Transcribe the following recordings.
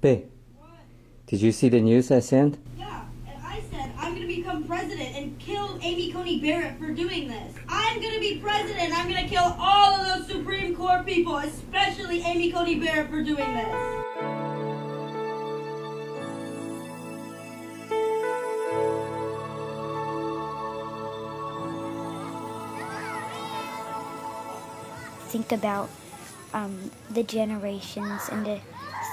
Pepe, did you see the news I sent? Yeah, and I said I'm gonna become president and kill Amy Coney Barrett for doing this. I'm gonna be president. I'm gonna kill all of those Supreme Court people, especially Amy Coney Barrett for doing this. think about um, the generations and to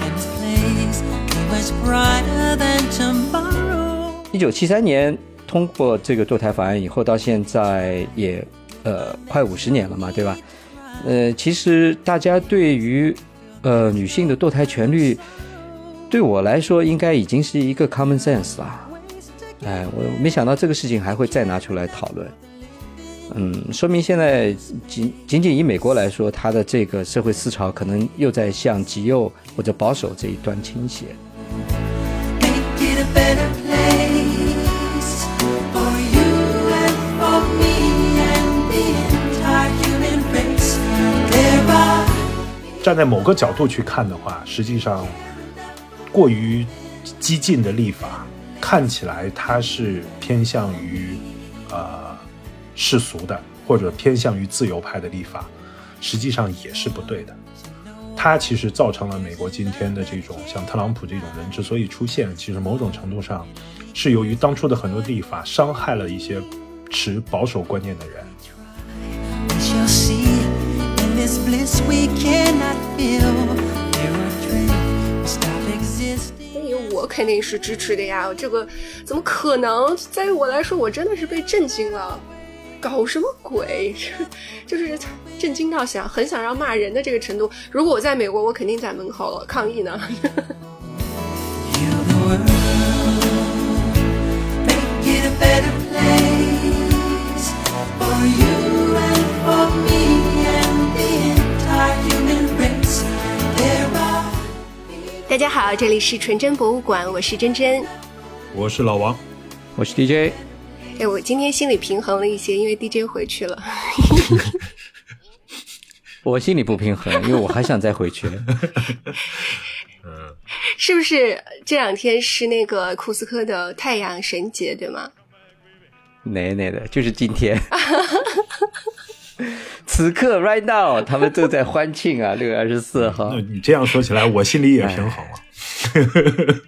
And this place be much brighter than tomorrow. 一九七三年通过这个堕胎法案以后，到现在也呃快五十年了嘛，对吧？呃，其实大家对于呃女性的堕胎权利，对我来说应该已经是一个 common sense 啦。哎，我没想到这个事情还会再拿出来讨论。嗯，说明现在仅仅仅以美国来说，它的这个社会思潮可能又在向极右或者保守这一端倾斜。 Make it a better place for you and for me and the entire human race. There are 站在某个角度去看的话，实际上过于激进的立法，看起来它是偏向于呃世俗的，或者偏向于自由派的立法，实际上也是不对的。它其实造成了美国今天的这种像特朗普这种人之所以出现，其实某种程度上是由于当初的很多立法伤害了一些持保守观念的人。 We shall see in this bliss we cannot feel. There are dreams we stop existing. 所以我肯定是支持的呀。这个怎么可能？在于我来说，我真的是被震惊了。搞什么鬼？ 就是震惊到想很想要骂人的这个程度。如果我在美国，我肯定在门口了抗议呢。 You the world, make it a better place for you and for me and the entire human race. There are 大家好，这里是纯真博物馆，我是真真。我是老王，我是 DJ，哎，我今天心里平衡了一些，因为 DJ 回去了。我心里不平衡，因为我还想再回去。 是不是这两天是那个库斯科的太阳神节，对吗？哪哪的，就是今天， 此刻 right now，他们正在欢庆啊，六月二十四号那。你这样说起来，我心里也啊平衡了。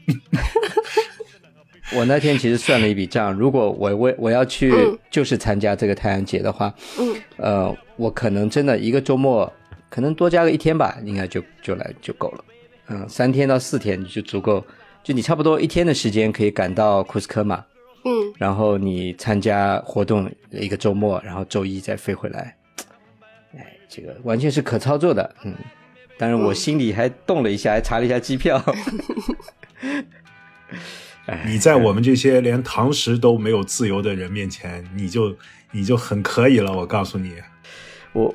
我那天其实算了一笔账，如果我为我要去嗯就是参加这个太阳节的话，嗯，呃，我可能真的一个周末，可能多加个一天吧，应该就就来就够了。嗯，三天到四天就足够，就你差不多一天的时间可以赶到库斯科嘛，嗯，然后你参加活动一个周末，然后周一再飞回来，哎，这个完全是可操作的，嗯。当然，我心里还动了一下，还查了一下机票。哎你在我们这些连堂食都没有自由的人面前，你就你就很可以了。我告诉你，我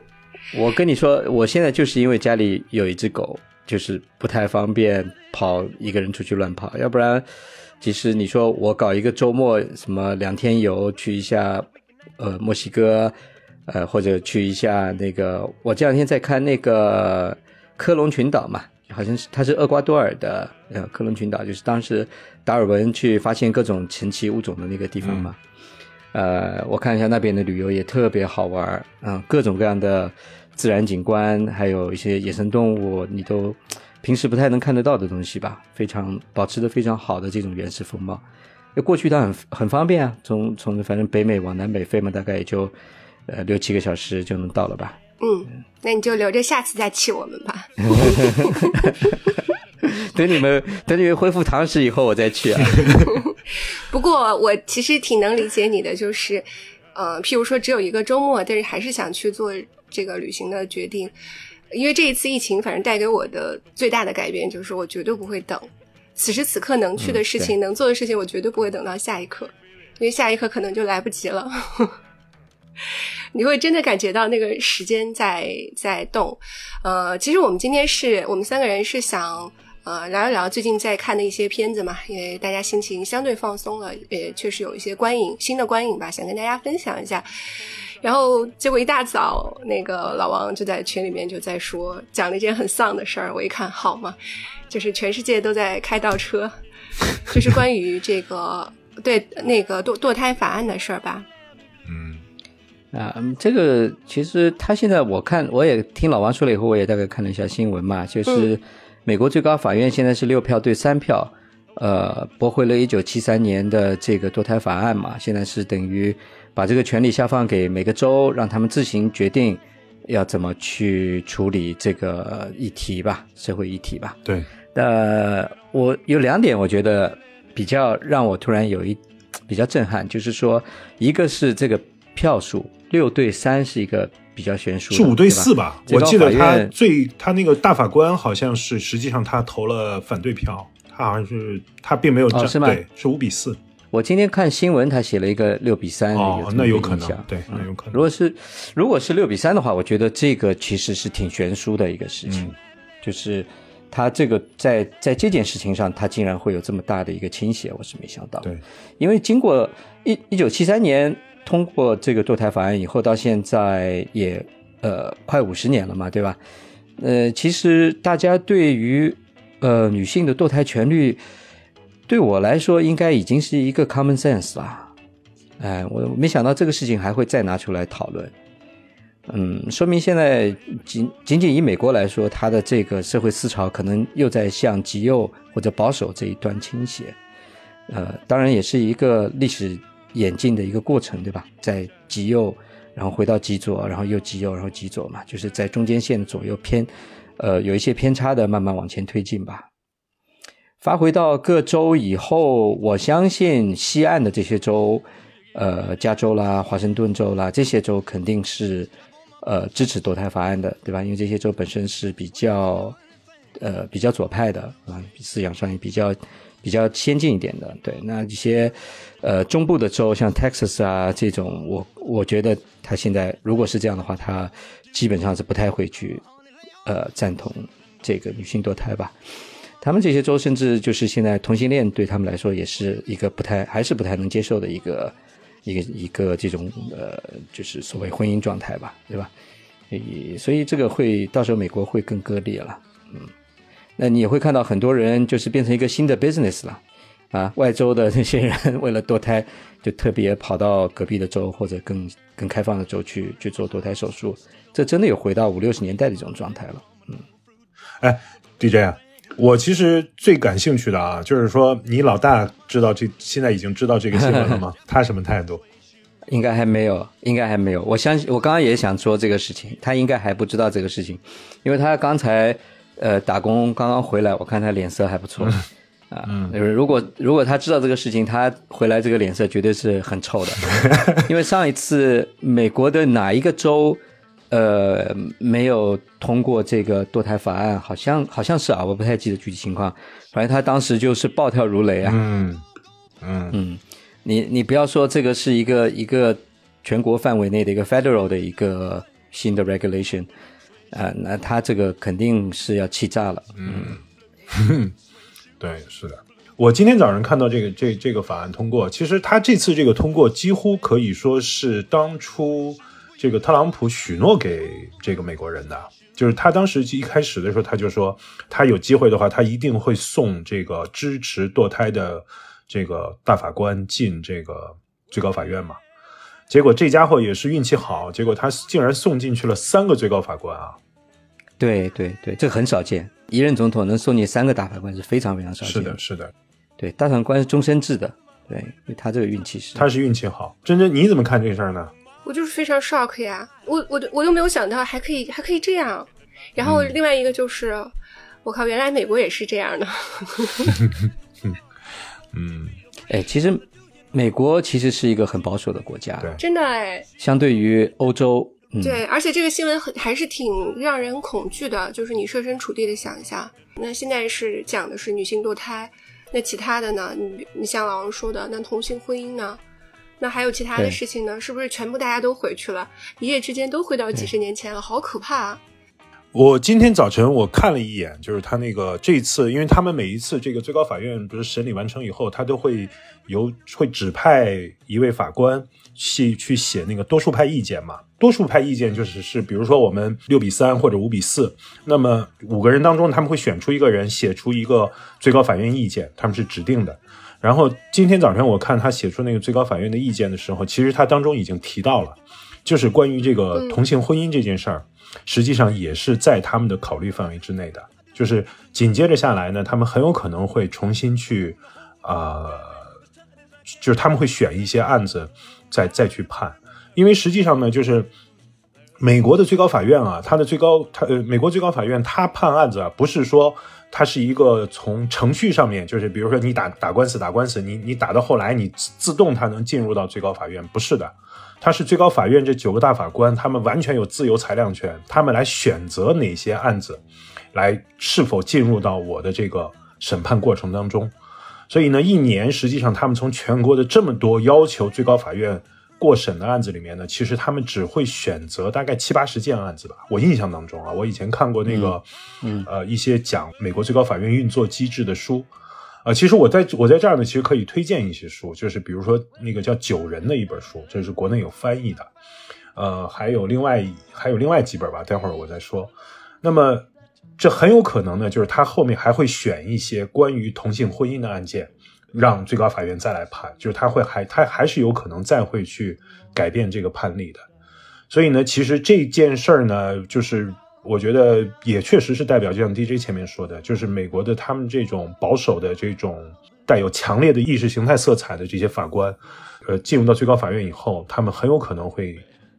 我跟你说，我现在就是因为家里有一只狗，就是不太方便跑一个人出去乱跑，要不然，其实你说我搞一个周末什么两天游去一下，呃，墨西哥，呃，或者去一下那个，我这两天在看那个科隆群岛嘛。好像是它是厄瓜多尔的呃科隆群岛，就是当时达尔文去发现各种神奇物种的那个地方嘛。呃，我看一下那边的旅游也特别好玩儿，嗯，各种各样的自然景观，还有一些野生动物，你都平时不太能看得到的东西吧，非常保持的非常好的这种原始风貌。那过去它很很方便啊，从从反正北美往南北飞嘛，大概也就呃六七个小时就能到了吧。嗯，那你就留着下次再气我们吧。等你们等你们恢复堂食以后，我再去啊。不过我其实挺能理解你的，就是，呃，譬如说只有一个周末，但是还是想去做这个旅行的决定，因为这一次疫情，反正带给我的最大的改变就是我绝对不会等。此时此刻能去的事嗯情、对能做的事情，我绝对不会等到下一刻，因为下一刻可能就来不及了。 你会真的感觉到那个时间在在动。呃，其实我们今天是我们三个人是想呃聊一聊最近在看的一些片子嘛，因为大家心情相对放松了，也确实有一些观影新的观影吧，想跟大家分享一下。然后结果一大早，那个老王就在群里面就在说讲了一件很丧的事儿，我一看好嘛，就是全世界都在开倒车，就是关于这个对那个堕堕胎法案的事儿吧。嗯，啊，嗯这个其实他现在我看我也听老王说了以后，我也大概看了一下新闻嘛，就是美国最高法院现在是六票对三票，呃，驳回了1973年的这个堕胎法案嘛，现在是等于把这个权利下放给每个州，让他们自行决定要怎么去处理这个议题吧，社会议题吧。对，那呃我有两点，我觉得比较让我突然有一比较震撼，就是说，一个是这个票数六对三是一个比较悬殊的，是五对吧四吧？最我高记得法他院最他那个大法官好像是，实际上他投了反对票，他好像是他并没有哦占、是吗对，是五比四。我今天看新闻，他写了一个六比三、哦，那有可能，对，那有可嗯能。如果是如果是六比三的话，我觉得这个其实是挺悬殊的一个事情，嗯就是他这个在在这件事情上，他竟然会有这么大的一个倾斜，我是没想到。对，因为经过一一九七三年通过这个堕胎法案以后，到现在也呃快五十年了嘛，对吧？呃，其实大家对于呃女性的堕胎权利，对我来说应该已经是一个 common sense 啦。哎，我没想到这个事情还会再拿出来讨论。嗯，说明现在仅仅仅以美国来说，它的这个社会思潮可能又在向极右或者保守这一端倾斜。呃，当然也是一个历史演进的一个过程，对吧？在极右，然后回到极左，然后又极右，然后极左嘛，就是在中间线左右偏，呃，有一些偏差的慢慢往前推进吧。发回到各州以后，我相信西岸的这些州，呃，加州啦、华盛顿州啦，这些州肯定是呃支持堕胎法案的，对吧？因为这些州本身是比较呃比较左派的啊，思想上也比较比较先进一点的。对，那一些呃中部的州，像 Texas 啊这种，我我觉得他现在如果是这样的话，他基本上是不太会去呃赞同这个女性堕胎吧。他们这些州甚至就是现在同性恋对他们来说也是一个不太还是不太能接受的一个一个一个这种呃就是所谓婚姻状态吧，对吧？所以所以这个会到时候美国会更割裂了。那你也会看到很多人就是变成一个新的 business 了，啊，外州的那些人为了堕胎，就特别跑到隔壁的州或者更更开放的州去去做堕胎手术，这真的有回到五六十年代的一种状态了。哎，DJ，啊我其实最感兴趣的啊，就是说你老大知道这现在已经知道这个新闻 了吗？他什么态度？应该还没有，应该还没有。我相信，我刚刚也想说这个事情，他应该还不知道这个事情，因为他刚才呃打工刚刚回来，我看他脸色还不错。啊，就是如果如果他知道这个事情，他回来这个脸色绝对是很臭的，因为上一次美国的哪一个州，呃，没有通过这个堕胎法案，好像好像是啊，我不太记得具体情况，反正他当时就是暴跳如雷啊，嗯嗯你你不要说这个是一个一个全国范围内的一个 federal 的一个新的 regulation，啊、那他这个肯定是要气炸了。嗯对，是的。我今天早上看到这个这这个法案通过，其实他这次这个通过几乎可以说是当初这个特朗普许诺给这个美国人的，就是他当时一开始的时候他就说，他有机会的话，他一定会送这个支持堕胎的这个大法官进这个最高法院嘛。结果这家伙也是运气好，结果他竟然送进去了三个最高法官啊！对对对，这个很少见，一任总统能送你三个大法官是非常非常少见。是的，，是的，对，大法官是终身制的，对，因为他这个运气是。他是运气好。珍珍，你怎么看这事儿呢？我就是非常 shock 呀，我我我又没有想到还可以还可以这样。然后另外一个就是，我靠，原来美国也是这样的。嗯，哎，其实美国其实是一个很保守的国家，对真的哎，相对于欧洲，嗯，对，而且这个新闻很还是挺让人恐惧的，就是你设身处地的想一下，那现在是讲的是女性堕胎，那其他的呢？你你像老王说的，那同性婚姻呢？那还有其他对的事情呢？是不是全部大家都回去了？一夜之间都回到几十年前了，好可怕啊！我今天早晨我看了一眼，就是他那个这一次，因为他们每一次这个最高法院不是审理完成以后，他都会由会指派一位法官去去写那个多数派意见嘛。多数派意见就是是，比如说我们六比三或者五比四，那么五个人当中他们会选出一个人写出一个最高法院意见，他们是指定的。然后今天早晨我看他写出那个最高法院的意见的时候，其实他当中已经提到了，就是关于这个嗯同性婚姻这件事儿，实际上也是在他们的考虑范围之内的。就是紧接着下来呢，他们很有可能会重新去，呃，就是他们会选一些案子再再去判，因为实际上呢，就是美国的最高法院啊，它的最高，它呃，美国最高法院它判案子啊，不是说它是一个从程序上面，就是比如说你打打官司打官司，你你打到后来你自自动它能进入到最高法院，不是的，它是最高法院这九个大法官，他们完全有自由裁量权，他们来选择哪些案子来是否进入到我的这个审判过程当中。所以呢，一年实际上他们从全国的这么多要求最高法院过审的案子里面呢，其实他们只会选择大概七八十件案子吧。我印象当中啊，我以前看过那个，嗯嗯呃，一些讲美国最高法院运作机制的书。啊，其实我在我在这儿呢，其实可以推荐一些书，就是比如说那个叫《九人》的一本书，这是国内有翻译的，呃，还有另外还有另外几本吧，待会儿我再说。那么这很有可能呢，就是他后面还会选一些关于同性婚姻的案件，让最高法院再来判，就是他会还他还是有可能再会去改变这个判例的。所以呢，其实这件事儿呢，就是我觉得也确实是代表，就像 DJ 前面说的，就是美国的他们这种保守的这种带有强烈的意识形态色彩的这些法官，呃，进入到最高法院以后，他们很有可能会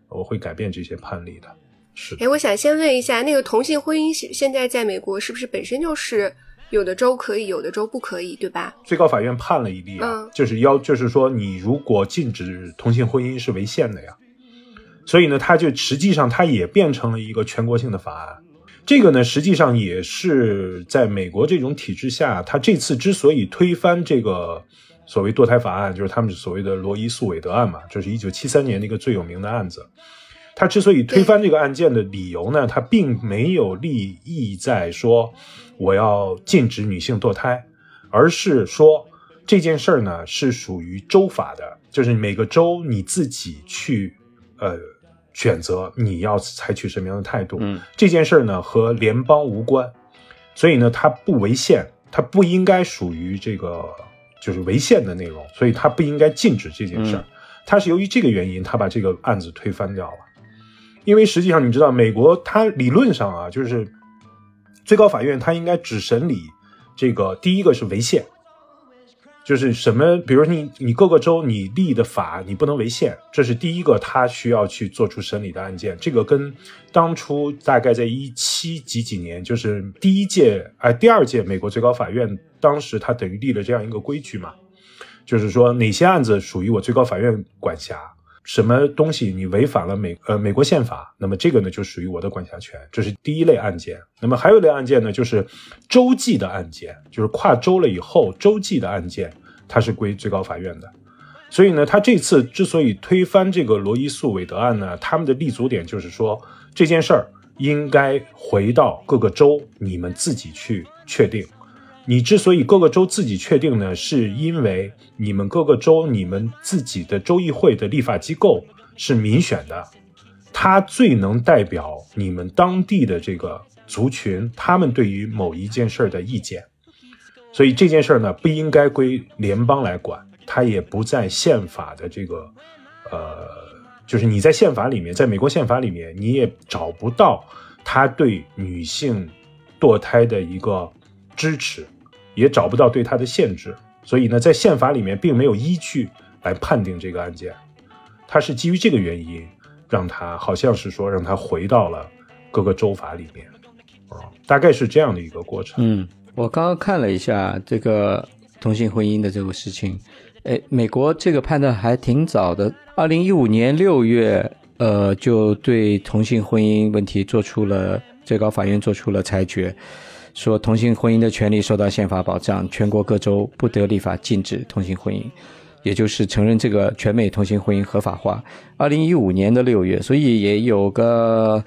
我会改变这些判例的。是的哎，我想先问一下，那个同性婚姻现现在在美国是不是本身就是有的州可以，有的州不可以，对吧？最高法院判了一例啊，嗯就是要就是说你如果禁止同性婚姻是违宪的呀，所以呢，它就实际上它也变成了一个全国性的法案。这个呢，实际上也是在美国这种体制下，他这次之所以推翻这个所谓堕胎法案，就是他们所谓的罗伊诉韦德案嘛，这是一九七三年的一个最有名的案子。他之所以推翻这个案件的理由呢，他并没有立意在说我要禁止女性堕胎，而是说这件事儿呢是属于州法的，就是每个州你自己去呃选择你要采取什么样的态度。嗯这件事儿呢和联邦无关，所以呢它不违宪，它不应该属于这个就是违宪的内容，所以它不应该禁止这件事儿。它是由于这个原因，他把这个案子推翻掉了。因为实际上你知道，美国它理论上啊，就是最高法院它应该只审理这个第一个是违宪，就是什么，比如你你各个州你立的法你不能违宪，这是第一个他需要去做出审理的案件。这个跟当初大概在一七几几年，就是第一届哎第二届美国最高法院当时他等于立了这样一个规矩嘛，就是说哪些案子属于我最高法院管辖，什么东西你违反了美呃美国宪法，那么这个呢就属于我的管辖权，这是第一类案件。那么还有一类案件呢，就是州际的案件，就是跨州了以后州际的案件，它是归最高法院的。所以呢，他这次之所以推翻这个罗伊诉韦德案呢，他们的立足点就是说这件事儿应该回到各个州你们自己去确定。你之所以各个州自己确定呢，是因为你们各个州你们自己的州议会的立法机构是民选的，它最能代表你们当地的这个族群，他们对于某一件事儿的意见。所以这件事儿呢，不应该归联邦来管，它也不在宪法的这个，呃，就是你在宪法里面，在美国宪法里面，你也找不到他对女性堕胎的一个支持，也找不到对它的限制。所以呢，在宪法里面并没有依据来判定这个案件，它是基于这个原因，让它好像是说让它回到了各个州法里面，啊、大概是这样的一个过程。嗯，我刚刚看了一下这个同性婚姻的这个事情，哎，美国这个判断还挺早的，二零一五年六月，呃，就对同性婚姻问题做出了最高法院做出了裁决。说同性婚姻的权利受到宪法保障，全国各州不得立法禁止同性婚姻，也就是承认这个全美同性婚姻合法化。二零一五年的六月，所以也有个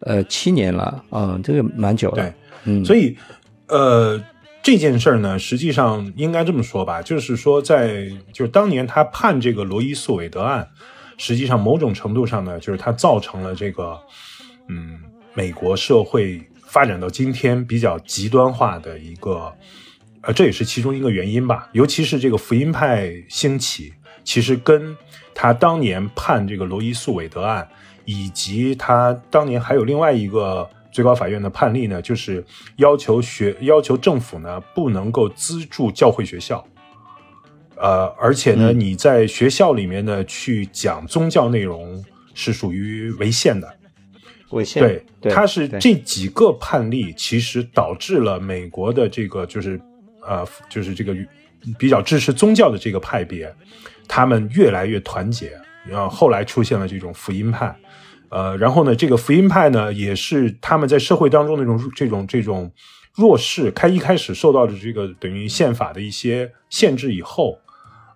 呃七年了，嗯，这个蛮久了对。，嗯，所以以，呃，这件事儿呢，实际上应该这么说吧，就是说在，就是当年他判这个罗伊诉韦德案，实际上某种程度上呢，就是它造成了这个，嗯，美国社会发展到今天比较极端化的一个，呃，这也是其中一个原因吧。尤其是这个福音派兴起，其实跟他当年判这个罗伊诉韦德案，以及他当年还有另外一个最高法院的判例呢，就是要求学要求政府呢不能够资助教会学校。呃，而且呢，嗯你在学校里面呢去讲宗教内容是属于违宪的，违宪对，对，它是对这几个判例其实导致了美国的这个就是呃就是这个比较支持宗教的这个派别，他们越来越团结，然后后来出现了这种福音派。呃，然后呢，这个福音派呢，也是他们在社会当中那种这种这种弱势，开一开始受到的这个等于宪法的一些限制以后，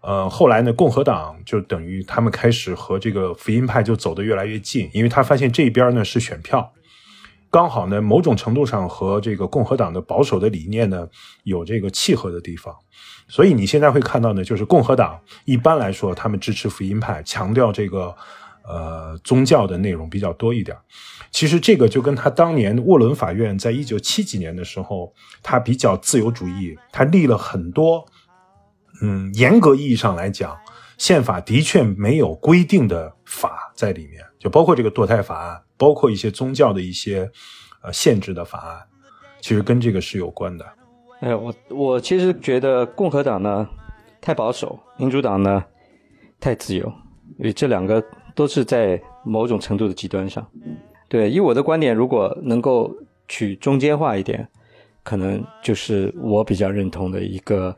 呃，后来呢，共和党就等于他们开始和这个福音派就走得越来越近，因为他发现这边呢是选票，刚好呢某种程度上和这个共和党的保守的理念呢有这个契合的地方，所以你现在会看到呢，就是共和党一般来说他们支持福音派，强调这个呃宗教的内容比较多一点。其实这个就跟他当年沃伦法院在一九七几年的时候，他比较自由主义，他立了很多，嗯，严格意义上来讲，宪法的确没有规定的法在里面，就包括这个堕胎法案，包括一些宗教的一些呃限制的法案，其实跟这个是有关的。哎，我我其实觉得共和党呢太保守，民主党呢太自由，因为这两个都是在某种程度的极端上。对，以我的观点，如果能够取中间化一点，可能就是我比较认同的一个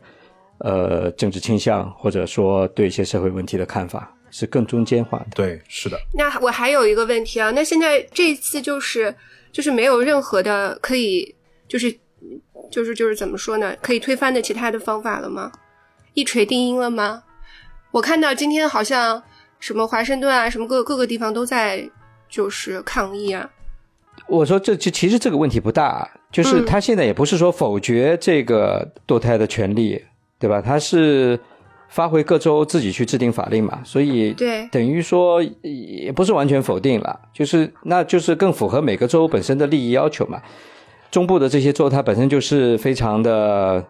呃政治倾向，或者说对一些社会问题的看法是更中间化的。对，是的，那我还有一个问题啊，那现在这一次就是就是没有任何的可以就是就是就是怎么说呢？可以推翻的其他的方法了吗？一锤定音了吗？我看到今天好像什么华盛顿啊，什么各各个地方都在就是抗议啊。我说这这其实这个问题不大，就是嗯他现在也不是说否决这个堕胎的权利，对吧？他是发回各州自己去制定法令嘛，所以对等于说也不是完全否定了，就是那就是更符合每个州本身的利益要求嘛。中部的这些州，它本身就是非常的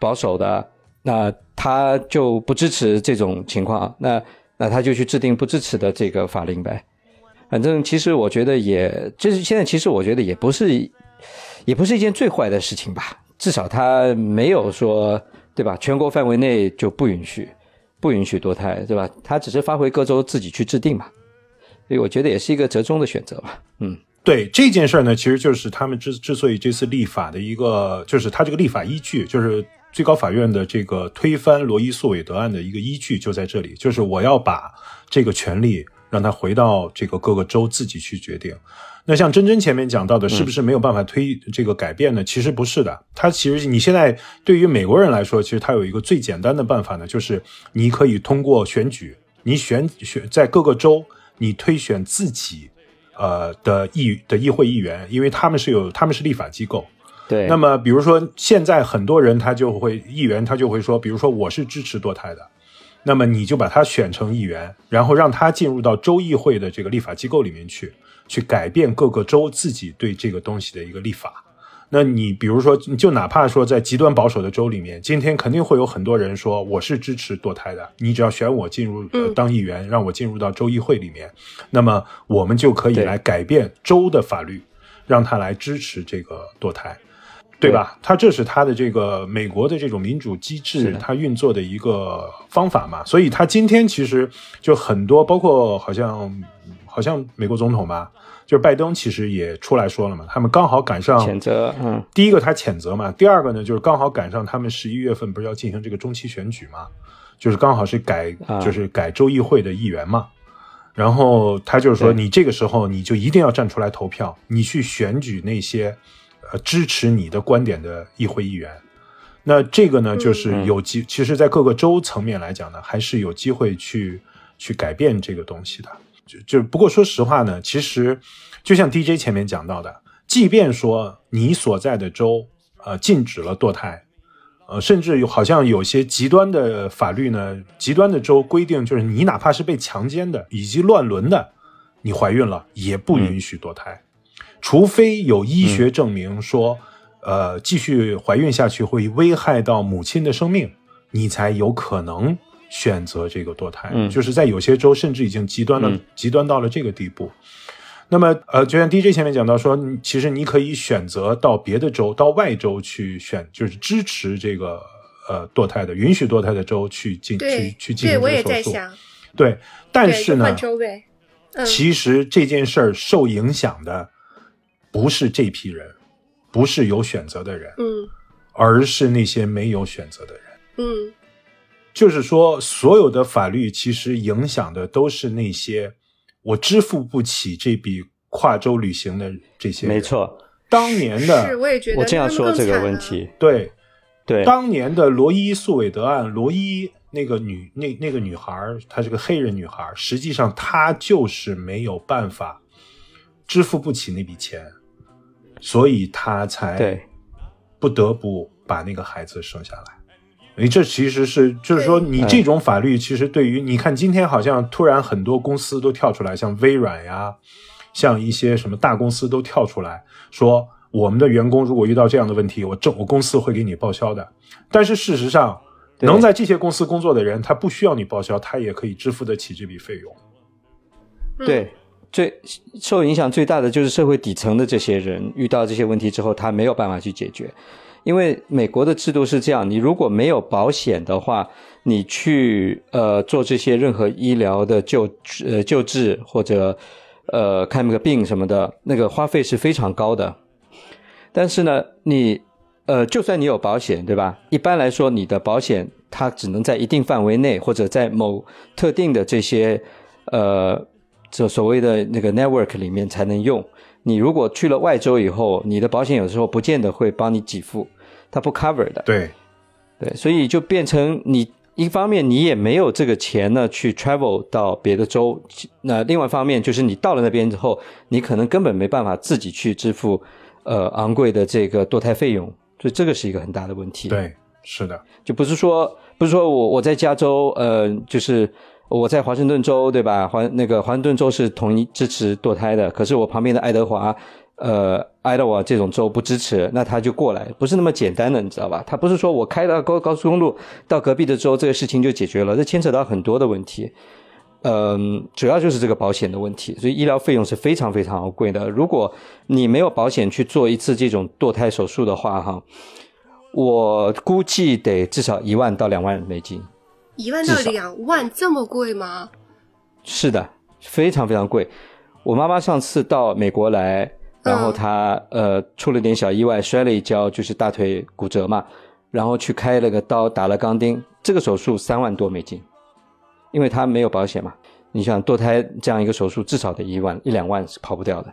保守的，那他就不支持这种情况，那那他就去制定不支持的这个法令呗。反正其实我觉得也，就是现在其实我觉得也不是，也不是一件最坏的事情吧。至少他没有说，对吧？全国范围内就不允许，不允许堕胎，对吧？他只是发回各州自己去制定嘛。所以我觉得也是一个折中的选择吧。嗯，对这件事儿呢，其实就是他们之之所以这次立法的一个，就是他这个立法依据，就是最高法院的这个推翻罗伊诉韦德案的一个依据就在这里，就是我要把这个权利让它回到这个各个州自己去决定。那像珍珍前面讲到的，是不是没有办法推这个改变呢？其实不是的，它其实你现在对于美国人来说，其实它有一个最简单的办法呢，就是你可以通过选举，你选选在各个州你推选自己呃的议的议会议员，因为他们是有他们是立法机构。对。那么比如说现在很多人他就会议员他就会说，比如说我是支持堕胎的，那么你就把他选成议员，然后让他进入到州议会的这个立法机构里面去，去改变各个州自己对这个东西的一个立法。那你比如说，你就哪怕说在极端保守的州里面，今天肯定会有很多人说我是支持堕胎的，你只要选我进入、呃、嗯当议员，让我进入到州议会里面，那么我们就可以对来改变州的法律，让他来支持这个堕胎，对吧？他这是他的这个美国的这种民主机是制的，他运作的一个方法嘛。所以他今天其实就很多，包括好像好像美国总统吧，就是拜登其实也出来说了嘛，他们刚好赶上谴责，嗯，第一个他谴责嘛，第二个呢就是刚好赶上他们十一月份不是要进行这个中期选举嘛，就是刚好是改、啊就是改州议会的议员嘛，然后他就是说对你这个时候你就一定要站出来投票，你去选举那些呃支持你的观点的议会议员。那这个呢，就是有机，其实，在各个州层面来讲呢，还是有机会去去改变这个东西的。就就不过说实话呢，其实就像 DJ 前面讲到的，即便说你所在的州呃禁止了堕胎，呃，甚至有好像有些极端的法律呢，极端的州规定就是你哪怕是被强奸的以及乱伦的，你怀孕了也不允许堕胎，除非有医学证明说，嗯呃，继续怀孕下去会危害到母亲的生命，你才有可能选择这个堕胎。嗯就是在有些州甚至已经极端到、嗯极端到了这个地步。那么，呃，就像 DJ 前面讲到说，你其实你可以选择到别的州、到外州去选，就是支持这个呃堕胎的、允许堕胎的州去进去对去进对，行我也这在个手术。想，对，但对，是就呢，换周呗。嗯其实这件事儿受影响的不是这批人，不是有选择的人，嗯而是那些没有选择的人。嗯，就是说，所有的法律其实影响的都是那些我支付不起这笔跨州旅行的这些人。没，错，当年是，的我也觉得我这样他们说更这个惨问啊。题，对对，当年的罗伊诉韦德案，罗伊那个女那那个女孩儿，她是个黑人女孩儿，实际上她就是没有办法支付不起那笔钱，所以她才对嗯不得不把那个孩子生下来。你这其实是，就是说，对你这种法律其实对于你看，今天好像突然很多公司都跳出来，像微软呀，像一些什么大公司都跳出来说，我们的员工如果遇到这样的问题，我政我公司会给你报销的。但是事实上，对能在这些公司工作的人，他不需要你报销，他也可以支付得起这笔费用。对，最受影响最大的就是社会底层的这些人，遇到这些问题之后，他没有办法去解决。因为美国的制度是这样，你如果没有保险的话，你去呃做这些任何医疗的救治呃救治或者呃看个病什么的，那个花费是非常高的。但是呢，你呃，就算你有保险，对吧？一般来说，你的保险它只能在一定范围内，或者在某特定的这些呃，这所谓的那个 network 里面才能用。你如果去了外州以后，你的保险有时候不见得会帮你给付，它不 cover 的。对，对，所以就变成你一方面你也没有这个钱呢去 travel 到别的州，其那另外一方面就是你到了那边之后，你可能根本没办法自己去支付呃昂贵的这个堕胎费用，所以这个是一个很大的问题。，对，是的，就不是说不是说我我在加州，呃，就是我在华盛顿州对吧？华那个华盛顿州是同意支持堕胎的，可是我旁边的爱德华，呃，爱德华这种州不支持，那他就过来，不是那么简单的，你知道吧？他不是说我开到高高速公路到隔壁的州，这个事情就解决了，这牵扯到很多的问题。嗯，主要就是这个保险的问题，所以医疗费用是非常非常昂贵的。如果你没有保险去做一次这种堕胎手术的话，哈，我估计得至少一万到两万美金。一万到至少两万这么贵吗？是的，非常非常贵。我妈妈上次到美国来，然后她、呃出了点小意外，摔了一跤，就是大腿骨折嘛，然后去开了个刀，打了钢钉。这个手术三万多美金，因为她没有保险嘛。你想堕胎这样一个手术，至少得一万一两万是跑不掉的。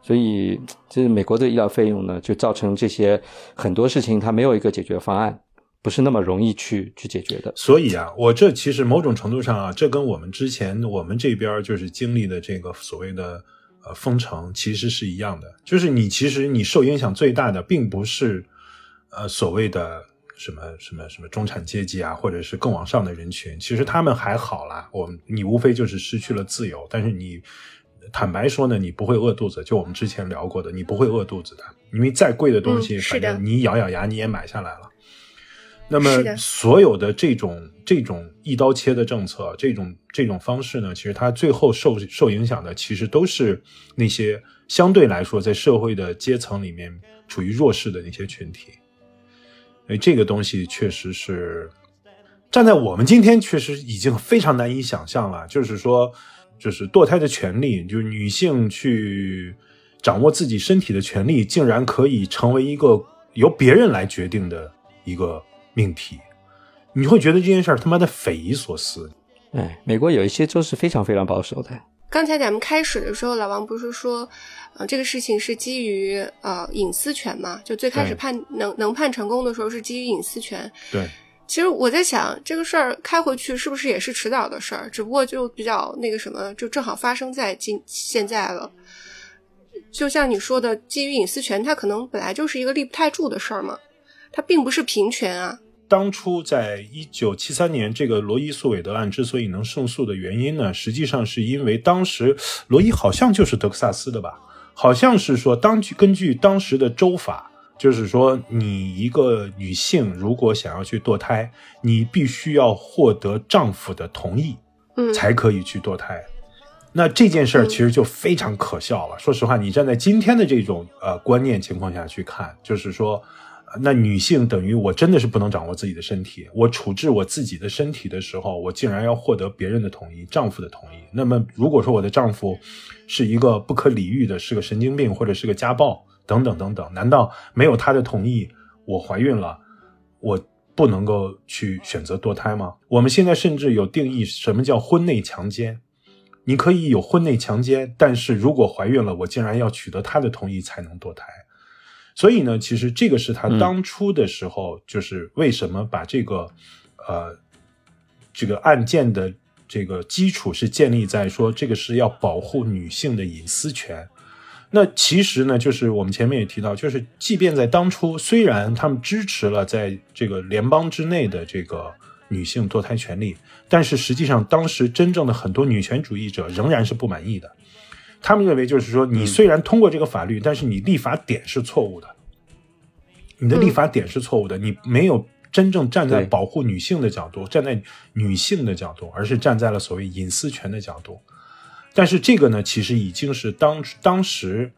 所以，这美国的医疗费用呢，就造成这些很多事情它没有一个解决方案，不是那么容易去去解决的。所以啊，我这其实某种程度上啊，这跟我们之前我们这边就是经历的这个所谓的呃封城其实是一样的，就是你其实你受影响最大的并不是呃所谓的什么什么什么中产阶级啊，或者是更往上的人群，其实他们还好啦，我们你无非就是失去了自由，但是你。坦白说呢，你不会饿肚子，就我们之前聊过的，你不会饿肚子的，因为再贵的东西，嗯是反的正你咬咬牙你也买下来了。那是么的所有的这种这种一刀切的政策，这种这种方式呢，其实它最后受受影响的，其实都是那些相对来说在社会的阶层里面处于弱势的那些群体。所以这个东西确实是站在我们今天，确实已经非常难以想象了。就是说，就是堕胎的权利，就是女性去掌握自己身体的权利，竟然可以成为一个由别人来决定的一个命题。你会觉得这件事儿他妈的匪夷所思。哎，美国有一些州是非常非常保守的，刚才咱们开始的时候，老王不是说，呃，这个事情是基于呃隐私权嘛？就最开始对判能能判成功的时候是基于隐私权。对，其实我在想，这个事儿开回去是不是也是迟早的事儿？只不过就比较那个什么，就正好发生在今现在了。就像你说的，基于隐私权，它可能本来就是一个立不太住的事儿嘛，它并不是平权啊。当初在一九七三年，这个罗伊诉韦德案之所以能胜诉的原因呢，实际上是因为当时罗伊好像就是德克萨斯的吧，好像是说当据根据当时的州法，就是说你一个女性如果想要去堕胎，你必须要获得丈夫的同意嗯，才可以去堕胎。那这件事儿其实就非常可笑了。说实话，你站在今天的这种呃观念情况下去看，就是说，呃那女性等于我真的是不能掌握自己的身体，我处置我自己的身体的时候，我竟然要获得别人的同意，丈夫的同意。那么如果说我的丈夫是一个不可理喻的，是个神经病或者是个家暴等等等等，难道没有他的同意，我怀孕了，我不能够去选择堕胎吗？我们现在甚至有定义什么叫婚内强奸，你可以有婚内强奸，但是如果怀孕了，我竟然要取得她的同意才能堕胎。所以呢，其实这个是他嗯当初的时候，就是为什么把这个，呃，这个案件的这个基础是建立在说这个是要保护女性的隐私权，那其实呢，就是我们前面也提到，就是即便在当初，虽然他们支持了在这个联邦之内的这个女性堕胎权利，但是实际上当时真正的很多女权主义者仍然是不满意的。他们认为就是说，你虽然通过这个法律，但是你立法点是错误的，你的立法点是错误的，你没有真正站在对保护女性的角度，站在女性的角度，而是站在了所谓隐私权的角度。但是这个呢，其实已经是当当时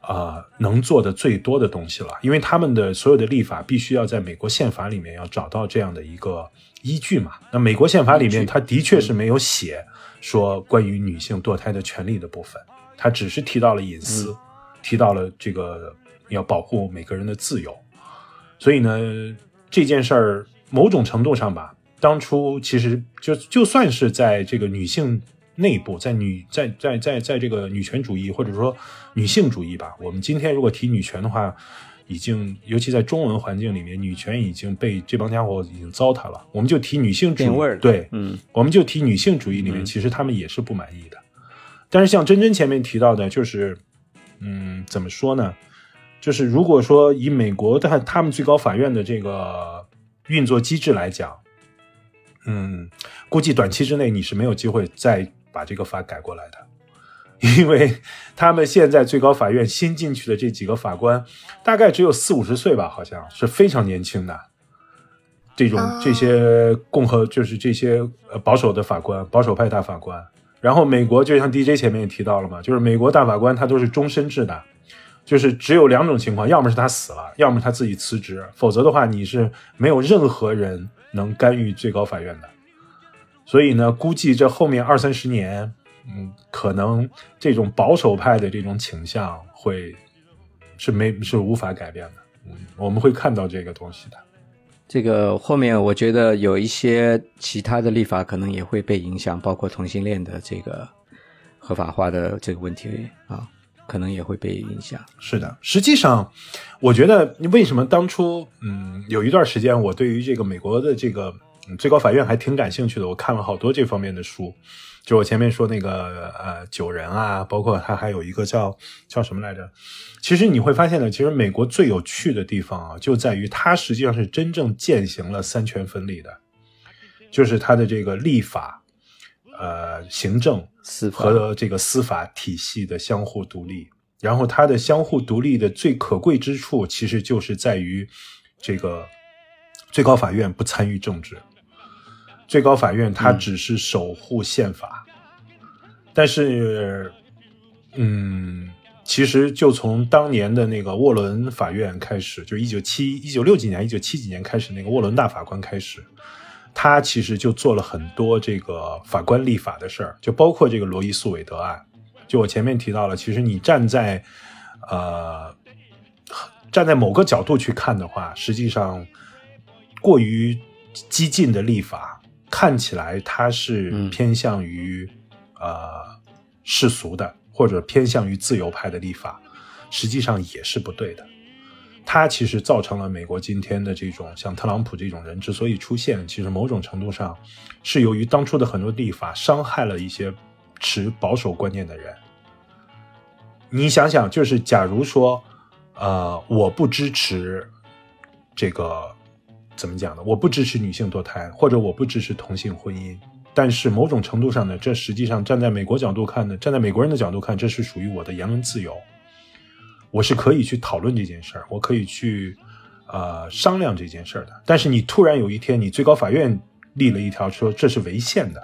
啊、呃能做的最多的东西了，因为他们的所有的立法必须要在美国宪法里面要找到这样的一个依据嘛。那美国宪法里依面，据它的确是没有写说关于女性堕胎的权利的部分，它只是提到了隐私，嗯提到了这个要保护每个人的自由。所以呢，这件事儿某种程度上吧，当初其实就就算是在这个女性内部，在女在在在在这个女权主义或者说女性主义吧，我们今天如果提女权的话，已经尤其在中文环境里面，女权已经被这帮家伙已经糟蹋了。我们就提女性主义变味儿，了对，嗯，我们就提女性主义里面，嗯其实他们也是不满意的。但是像珍珍前面提到的，就是，嗯，怎么说呢？就是如果说以美国的他们最高法院的这个运作机制来讲，嗯，估计短期之内你是没有机会再把这个法改过来的，因为他们现在最高法院新进去的这几个法官，大概只有四五十岁吧，好像是非常年轻的。这种哦这些共和就是这些呃保守的法官，保守派大法官。然后美国就像 DJ 前面也提到了嘛，就是美国大法官他都是终身制的，就是只有两种情况，要么是他死了，要么他自己辞职，否则的话你是没有任何人能干预最高法院的。所以呢，估计这后面二三十年，嗯，可能这种保守派的这种倾向会是没是无法改变的。嗯，我们会看到这个东西的。这个后面我觉得有一些其他的立法可能也会被影响，包括同性恋的这个合法化的这个问题啊，可能也会被影响。是的，实际上，我觉得为什么当初，嗯，有一段时间我对于这个美国的这个、嗯最高法院还挺感兴趣的，我看了好多这方面的书，就我前面说那个呃九人啊，包括他还有一个叫叫什么来着？其实你会发现呢，其实美国最有趣的地方啊，就在于它实际上是真正践行了三权分立的，就是它的这个立法、呃行政司法和这个司法体系的相互独立。然后它的相互独立的最可贵之处，其实就是在于这个最高法院不参与政治，最高法院它嗯只是守护宪法。但是，嗯，其实就从当年的那个沃伦法院开始，就一九七一九六几年、一九七几年开始，那个沃伦大法官开始，他其实就做了很多这个法官立法的事儿，就包括这个罗伊诉韦德案。就我前面提到了，其实你站在呃站在某个角度去看的话，实际上过于激进的立法看起来它是嗯偏向于、呃世俗的或者偏向于自由派的立法，实际上也是不对的。它其实造成了美国今天的这种像特朗普这种人之所以出现，其实某种程度上是由于当初的很多立法伤害了一些持保守观念的人。你想想，就是假如说，呃，我不支持这个怎么讲呢？我不支持女性堕胎，或者我不支持同性婚姻。但是某种程度上呢，这实际上站在美国角度看呢，站在美国人的角度看，这是属于我的言论自由。我是可以去讨论这件事儿，我可以去呃商量这件事儿的。但是你突然有一天，你最高法院立了一条说这是违宪的，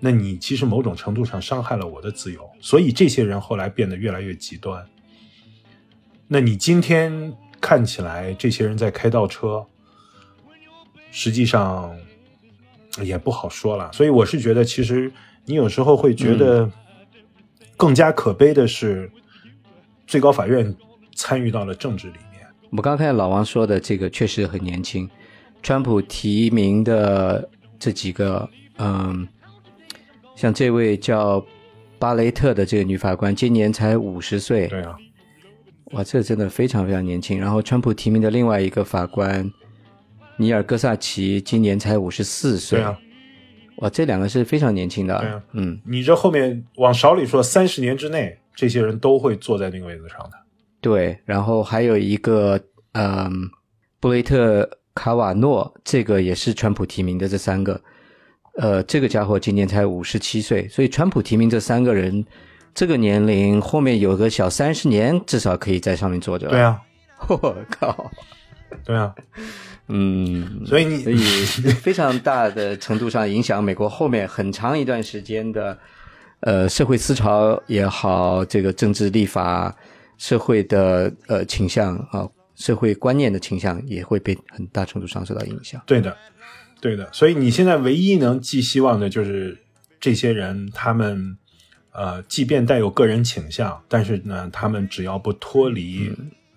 那你其实某种程度上伤害了我的自由。所以这些人后来变得越来越极端。那你今天看起来这些人在开倒车，实际上也不好说了。所以我是觉得，其实你有时候会觉得更加可悲的是。最高法院参与到了政治里面。我刚看老王说的这个确实很年轻，川普提名的这几个，嗯，像这位叫巴雷特的这个女法官，今年才五十岁，对啊，哇，这真的非常非常年轻。然后川普提名的另外一个法官尼尔戈萨奇，今年才五十四岁，对啊，哇，这两个是非常年轻的，对啊嗯，你这后面往少里说，三十年之内，这些人都会坐在那个位子上的。对，然后还有一个，嗯，布雷特卡瓦诺，这个也是川普提名的这三个，呃，这个家伙今年才五十七岁，所以川普提名这三个人，这个年龄后面有个小三十年，至少可以在上面坐着。对，啊， 我靠，对啊，嗯，所以你所 以非常大的程度上影响美国后面很长一段时间的，呃，社会思潮也好，这个政治立法、社会的呃倾向啊、社会观念的倾向也会被很大程度上受到影响。对的，对的。所以你现在唯一能寄希望的就是这些人，他们呃，即便带有个人倾向，但是呢，他们只要不脱离、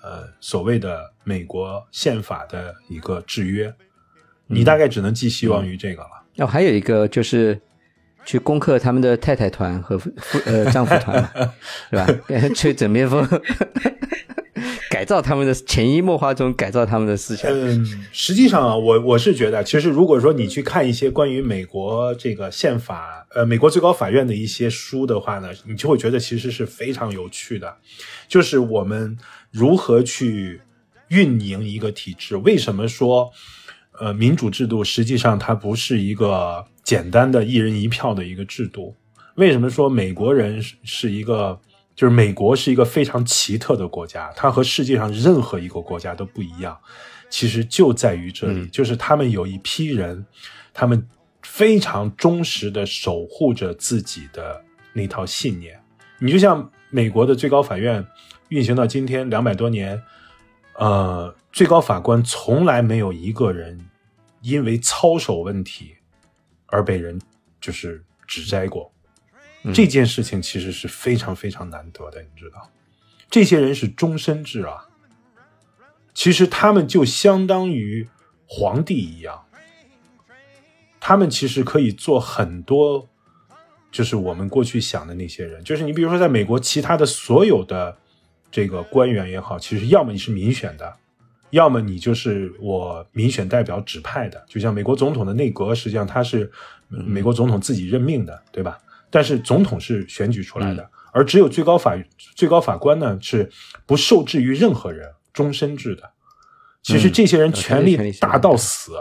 呃所谓的美国宪法的一个制约，你大概只能寄希望于这个了。然哦后还有一个就是去攻克他们的太太团和夫夫呃丈夫团 嘛，是吧？去枕边风， 改造他们的潜移默化中改造他们的思想。嗯，实际上啊，我我是觉得，其实如果说你去看一些关于美国这个宪法，呃，美国最高法院的一些书的话呢，你就会觉得其实是非常有趣的，就是我们如何去运营一个体制。为什么说，呃，民主制度实际上它不是一个简单的一人一票的一个制度？为什么说美国人是是一个，就是美国是一个非常奇特的国家，它和世界上任何一个国家都不一样。其实就在于这里，嗯就是他们有一批人，他们非常忠实的守护着自己的那套信念。你就像美国的最高法院运行到今天两百多年，呃，最高法官从来没有一个人因为操守问题而被人就是指摘过。这件事情其实是非常非常难得的，你知道，这些人是终身制啊。其实他们就相当于皇帝一样，他们其实可以做很多，就是我们过去想的那些人，就是你比如说在美国，其他的所有的这个官员也好，其实要么你是民选的，要么你就是我民选代表指派的，就像美国总统的内阁，实际上他是呃嗯美国总统自己任命的，对吧？但是总统是选举出来嗯的，而只有最高法最高法官呢是不受制于任何人，终身制的。其实嗯这些人呃权权力力大到死，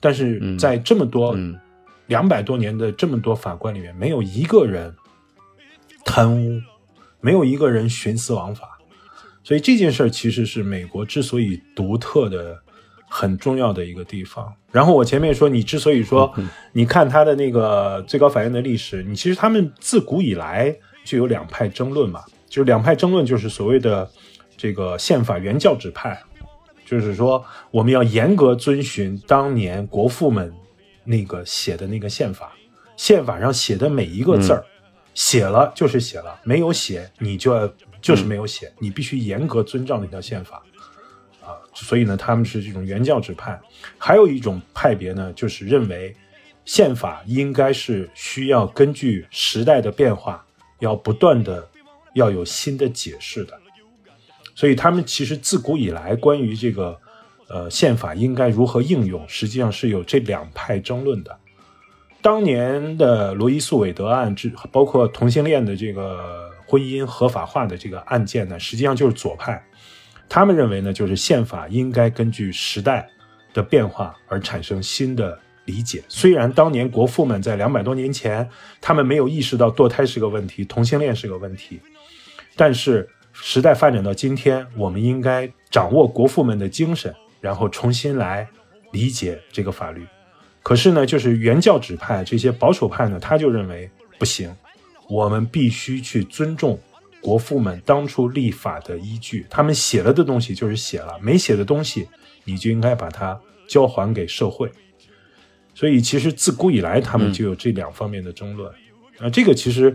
但是在这么多嗯两百、多年的这么多法官里面，没有一个人贪污，没有一个人徇私枉法。所以这件事儿其实是美国之所以独特的、很重要的一个地方。然后我前面说，你之所以说，你看他的那个最高法院的历史，你其实他们自古以来就有两派争论嘛，就是两派争论就是所谓的这个宪法原教旨派，就是说我们要严格遵循当年国父们那个写的那个宪法，宪法上写的每一个字儿，写了就是写了，没有写你就要就是没有写，你必须严格遵照那条宪法。啊，所以呢，他们是这种原教旨派。还有一种派别呢，就是认为宪法应该是需要根据时代的变化，要不断的要有新的解释的。所以他们其实自古以来关于这个呃宪法应该如何应用，实际上是有这两派争论的。当年的罗伊诉韦德案，之包括同性恋的这个婚姻合法化的这个案件呢，实际上就是左派，他们认为呢，就是宪法应该根据时代的变化而产生新的理解。虽然当年国父们在两百多年前，他们没有意识到堕胎是个问题，同性恋是个问题，但是时代发展到今天，我们应该掌握国父们的精神，然后重新来理解这个法律。可是呢，就是原教旨派这些保守派呢，他就认为不行，我们必须去尊重国父们当初立法的依据。他们写了的东西就是写了，没写的东西你就应该把它交还给社会。所以其实自古以来他们就有这两方面的争论。啊，这个其实，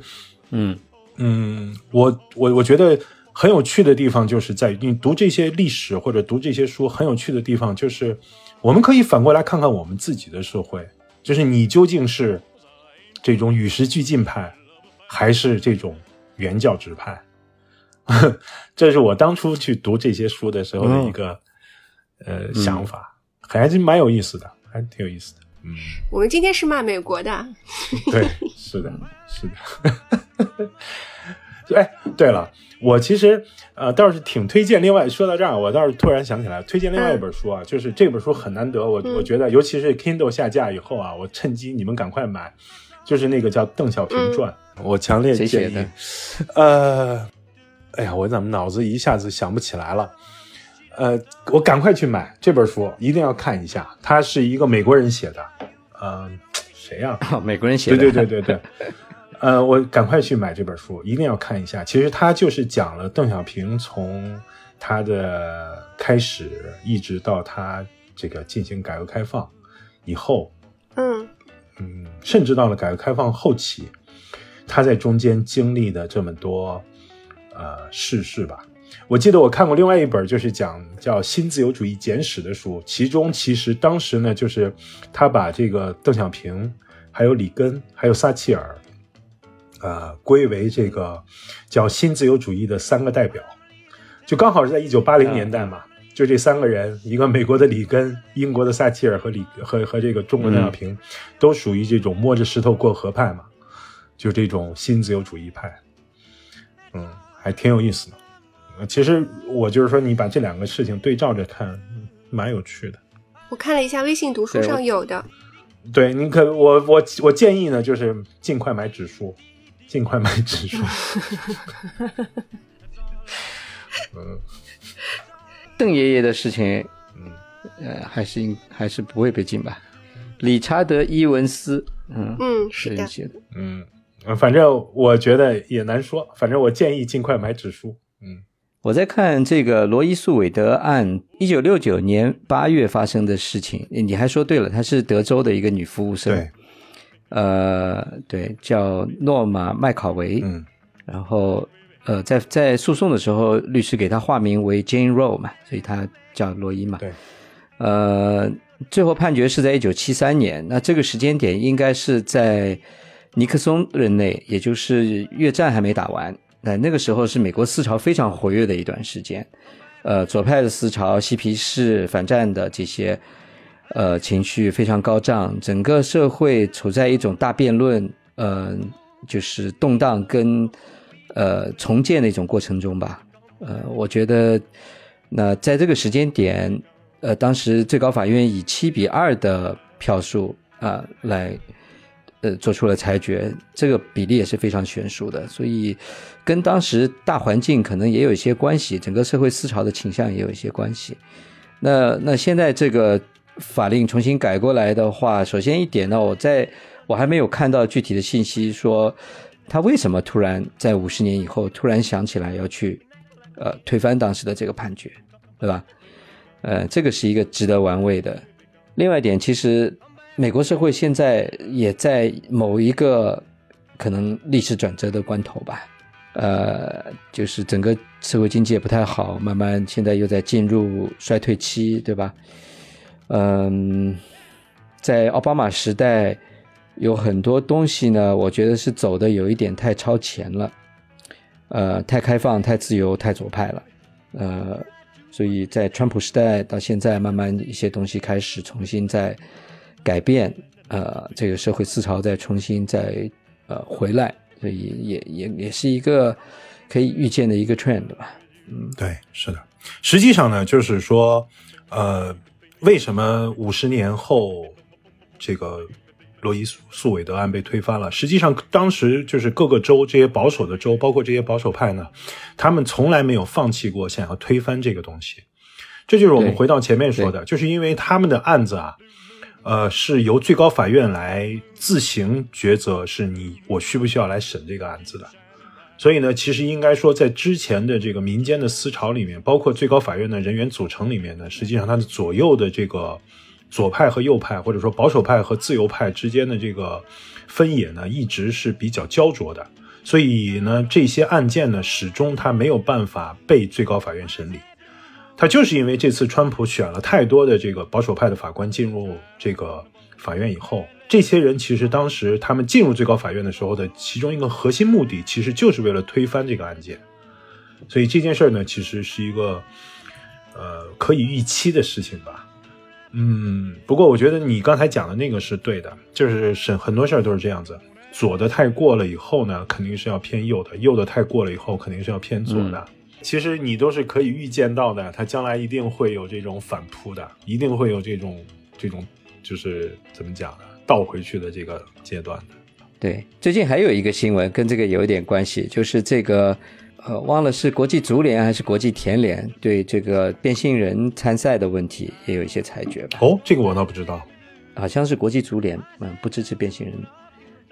嗯嗯，我我我觉得很有趣的地方就是在于你读这些历史或者读这些书，很有趣的地方就是我们可以反过来看看我们自己的社会，就是你究竟是这种与时俱进派，还是这种原教旨派？ 这是我当初去读这些书的时候的一个、呃想法，还是蛮有意思的，还挺有意思的。嗯，我们今天是骂美国的，对，是的，是的。 哎，对了，我其实呃倒是挺推荐。另外说到这儿，我倒是突然想起来，推荐另外一本书啊，就是这本书很难得，我我觉得，尤其是 Kindle 下架以后啊，我趁机你们赶快买，就是那个叫《邓小平传》，我强烈谁写建的 议。呃，哎呀，我怎么脑子一下子想不起来了？呃，我赶快去买这本书，一定要看一下。它是一个美国人写的，呃，谁呀、啊，美国人写的，对对 对对对。呃，我赶快去买这本书，一定要看一下。其实它就是讲了邓小平从他的开始，一直到他这个进行改革开放以后，嗯，嗯，甚至到了改革开放后期，他在中间经历的这么多呃世事吧。我记得我看过另外一本，就是讲叫《新自由主义简史》的书，其中其实当时呢，就是他把这个邓小平、还有里根、还有撒切尔，呃，归为这个叫新自由主义的三个代表，就刚好是在一九八零嗯年代嘛，就这三个人，一个美国的里根、英国的撒切尔和里和和这个中国邓小平，都属于这种摸着石头过河派嘛，就这种新自由主义派，嗯，还挺有意思的。呃其实我就是说，你把这两个事情对照着看，嗯蛮有趣的。我看了一下微信读书对我上有的，对你可我我我建议呢，就是尽快买纸书，尽快买纸书。邓爷爷的事情，嗯呃，还是应还是不会被禁吧？理查德·伊文斯，嗯，嗯，是是人的，写的， 嗯，呃反正我觉得也难说，反正我建议尽快买纸书。嗯我在看这个罗伊诉韦德案，一九六九年八月发生的事情。你还说对了，她是德州的一个女服务生，对，呃，对，叫诺玛·麦考维，嗯然后呃，在在诉讼的时候，律师给她化名为 Jane Roe 嘛，所以她叫罗伊嘛，对，呃，最后判决是在一九七三年，那这个时间点应该是在尼克松任内，也就是越战还没打完。那那个时候是美国思潮非常活跃的一段时间，呃，左派的思潮、嬉皮士、反战的这些，呃，情绪非常高涨，整个社会处在一种大辩论，呃，就是动荡跟呃重建的一种过程中吧。呃，我觉得那在这个时间点，呃，当时最高法院以七比二的票数啊、来呃做出了裁决，这个比例也是非常悬殊的，所以跟当时大环境可能也有一些关系，整个社会思潮的倾向也有一些关系。那那现在这个法令重新改过来的话，首先一点呢，我在我还没有看到具体的信息说他为什么突然在五十年以后突然想起来要去呃推翻当时的这个判决，对吧？呃，这个是一个值得玩味的。另外一点，其实美国社会现在也在某一个可能历史转折的关头吧。呃，就是整个社会经济也不太好，慢慢现在又在进入衰退期，对吧？嗯，在奥巴马时代，有很多东西呢，我觉得是走的有一点太超前了，呃，太开放、太自由、太左派了，呃，所以在川普时代到现在，慢慢一些东西开始重新在改变，呃，这个社会思潮在重新在呃回来，所以也也也是一个可以预见的一个 trend 吧。对，是的。实际上呢，就是说，呃，为什么五十年后这个罗伊诉诉韦德案被推翻了？实际上，当时就是各个州这些保守的州，包括这些保守派呢，他们从来没有放弃过想要推翻这个东西。这就是我们对回到前面说的，就是因为他们的案子啊，呃，是由最高法院来自行抉择，是你我需不需要来审这个案子的。所以呢，其实应该说，在之前的这个民间的思潮里面，包括最高法院的人员组成里面呢，实际上它的左右的这个左派和右派，或者说保守派和自由派之间的这个分野呢，一直是比较焦灼的。所以呢，这些案件呢，始终它没有办法被最高法院审理。他就是因为这次川普选了太多的这个保守派的法官进入这个法院以后，这些人其实当时他们进入最高法院的时候的其中一个核心目的，其实就是为了推翻这个案件。所以这件事儿呢，其实是一个呃可以预期的事情吧。嗯，不过我觉得你刚才讲的那个是对的，就是审很多事儿都是这样子，左的太过了以后呢，肯定是要偏右的；右的太过了以后，肯定是要偏左的。其实你都是可以预见到的，它将来一定会有这种反扑的，一定会有这种这种就是怎么讲呢，倒回去的这个阶段的。对，最近还有一个新闻跟这个有一点关系，就是这个呃，忘了是国际足联还是国际田联对这个变性人参赛的问题也有一些裁决吧？哦，这个我倒不知道。好像是国际足联嗯不支持变性人，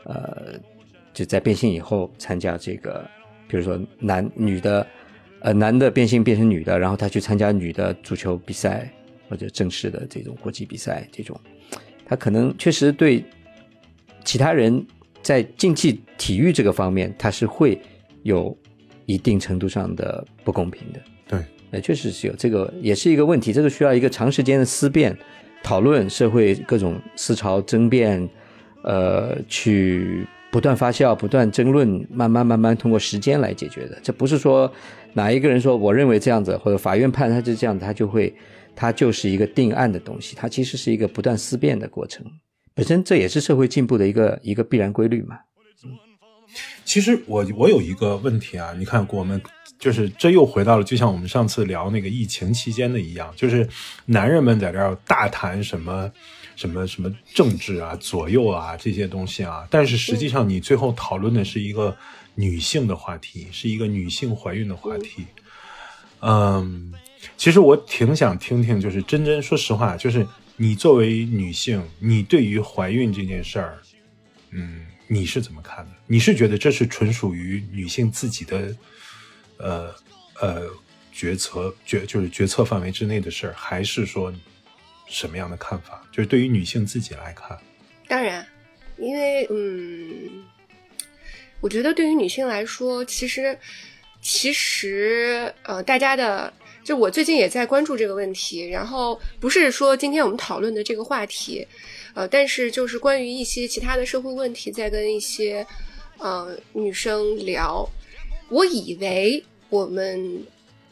呃，就在变性以后参加这个，比如说男女的，呃男的变性变成女的，然后他去参加女的足球比赛或者正式的这种国际比赛这种，他可能确实对其他人在竞技体育这个方面，他是会有一定程度上的不公平的。对，呃，确实是有这个，也是一个问题，这个需要一个长时间的思辨、讨论，社会各种思潮争辩，呃，去不断发酵、不断争论，慢慢慢慢通过时间来解决的。这不是说哪一个人说我认为这样子，或者法院判他就这样，他就会，他就是一个定案的东西，它其实是一个不断思辨的过程。本身这也是社会进步的一个一个必然规律嘛。其实我我有一个问题啊，你看我们就是这又回到了，就像我们上次聊那个疫情期间的一样，就是男人们在这儿大谈什么什么什么政治啊、左右啊这些东西啊，但是实际上你最后讨论的是一个女性的话题，是一个女性怀孕的话题。嗯，其实我挺想听听，就是真真，说实话，就是你作为女性，你对于怀孕这件事儿，嗯，你是怎么看的？你是觉得这是纯属于女性自己的，呃呃，决策决就是决策范围之内的事儿，还是说什么样的看法？就是对于女性自己来看，当然，因为嗯，我觉得对于女性来说，其实其实呃，大家的就我最近也在关注这个问题，然后不是说今天我们讨论的这个话题，呃，但是就是关于一些其他的社会问题，在跟一些呃女生聊。我以为我们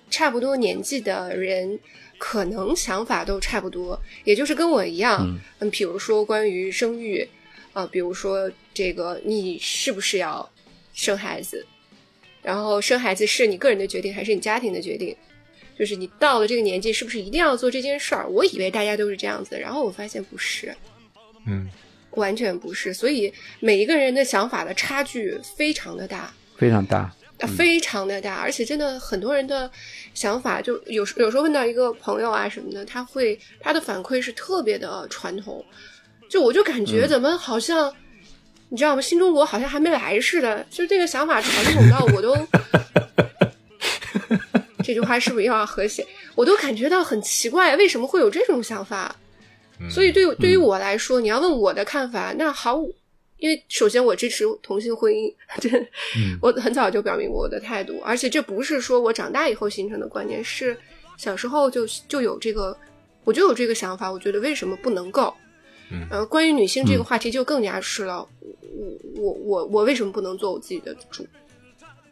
差不多年纪的人，可能想法都差不多，也就是跟我一样，嗯嗯，比如说关于生育，啊，比如说这个你是不是要生孩子，然后生孩子是你个人的决定还是你家庭的决定，就是你到了这个年纪是不是一定要做这件事儿？我以为大家都是这样子的，然后我发现不是，嗯，完全不是，所以每一个人的想法的差距非常的大。非常大，呃非常的大，而且真的很多人的想法，就有时有时候问到一个朋友啊什么的，他会他的反馈是特别的传统，就我就感觉怎么好像、你知道吗？新中国好像还没来似的，就这个想法传统到我都这句话是不是又要和谐？我都感觉到很奇怪，为什么会有这种想法？嗯所以对对于我来说，你要问我的看法，那毫无，因为首先我支持同性婚姻， 这、我很早就表明过我的态度，而且这不是说我长大以后形成的观念，是小时候就就有这个，我就有这个想法，我觉得为什么不能够？嗯呃，关于女性这个话题就更加是了。我我我我为什么不能做我自己的主？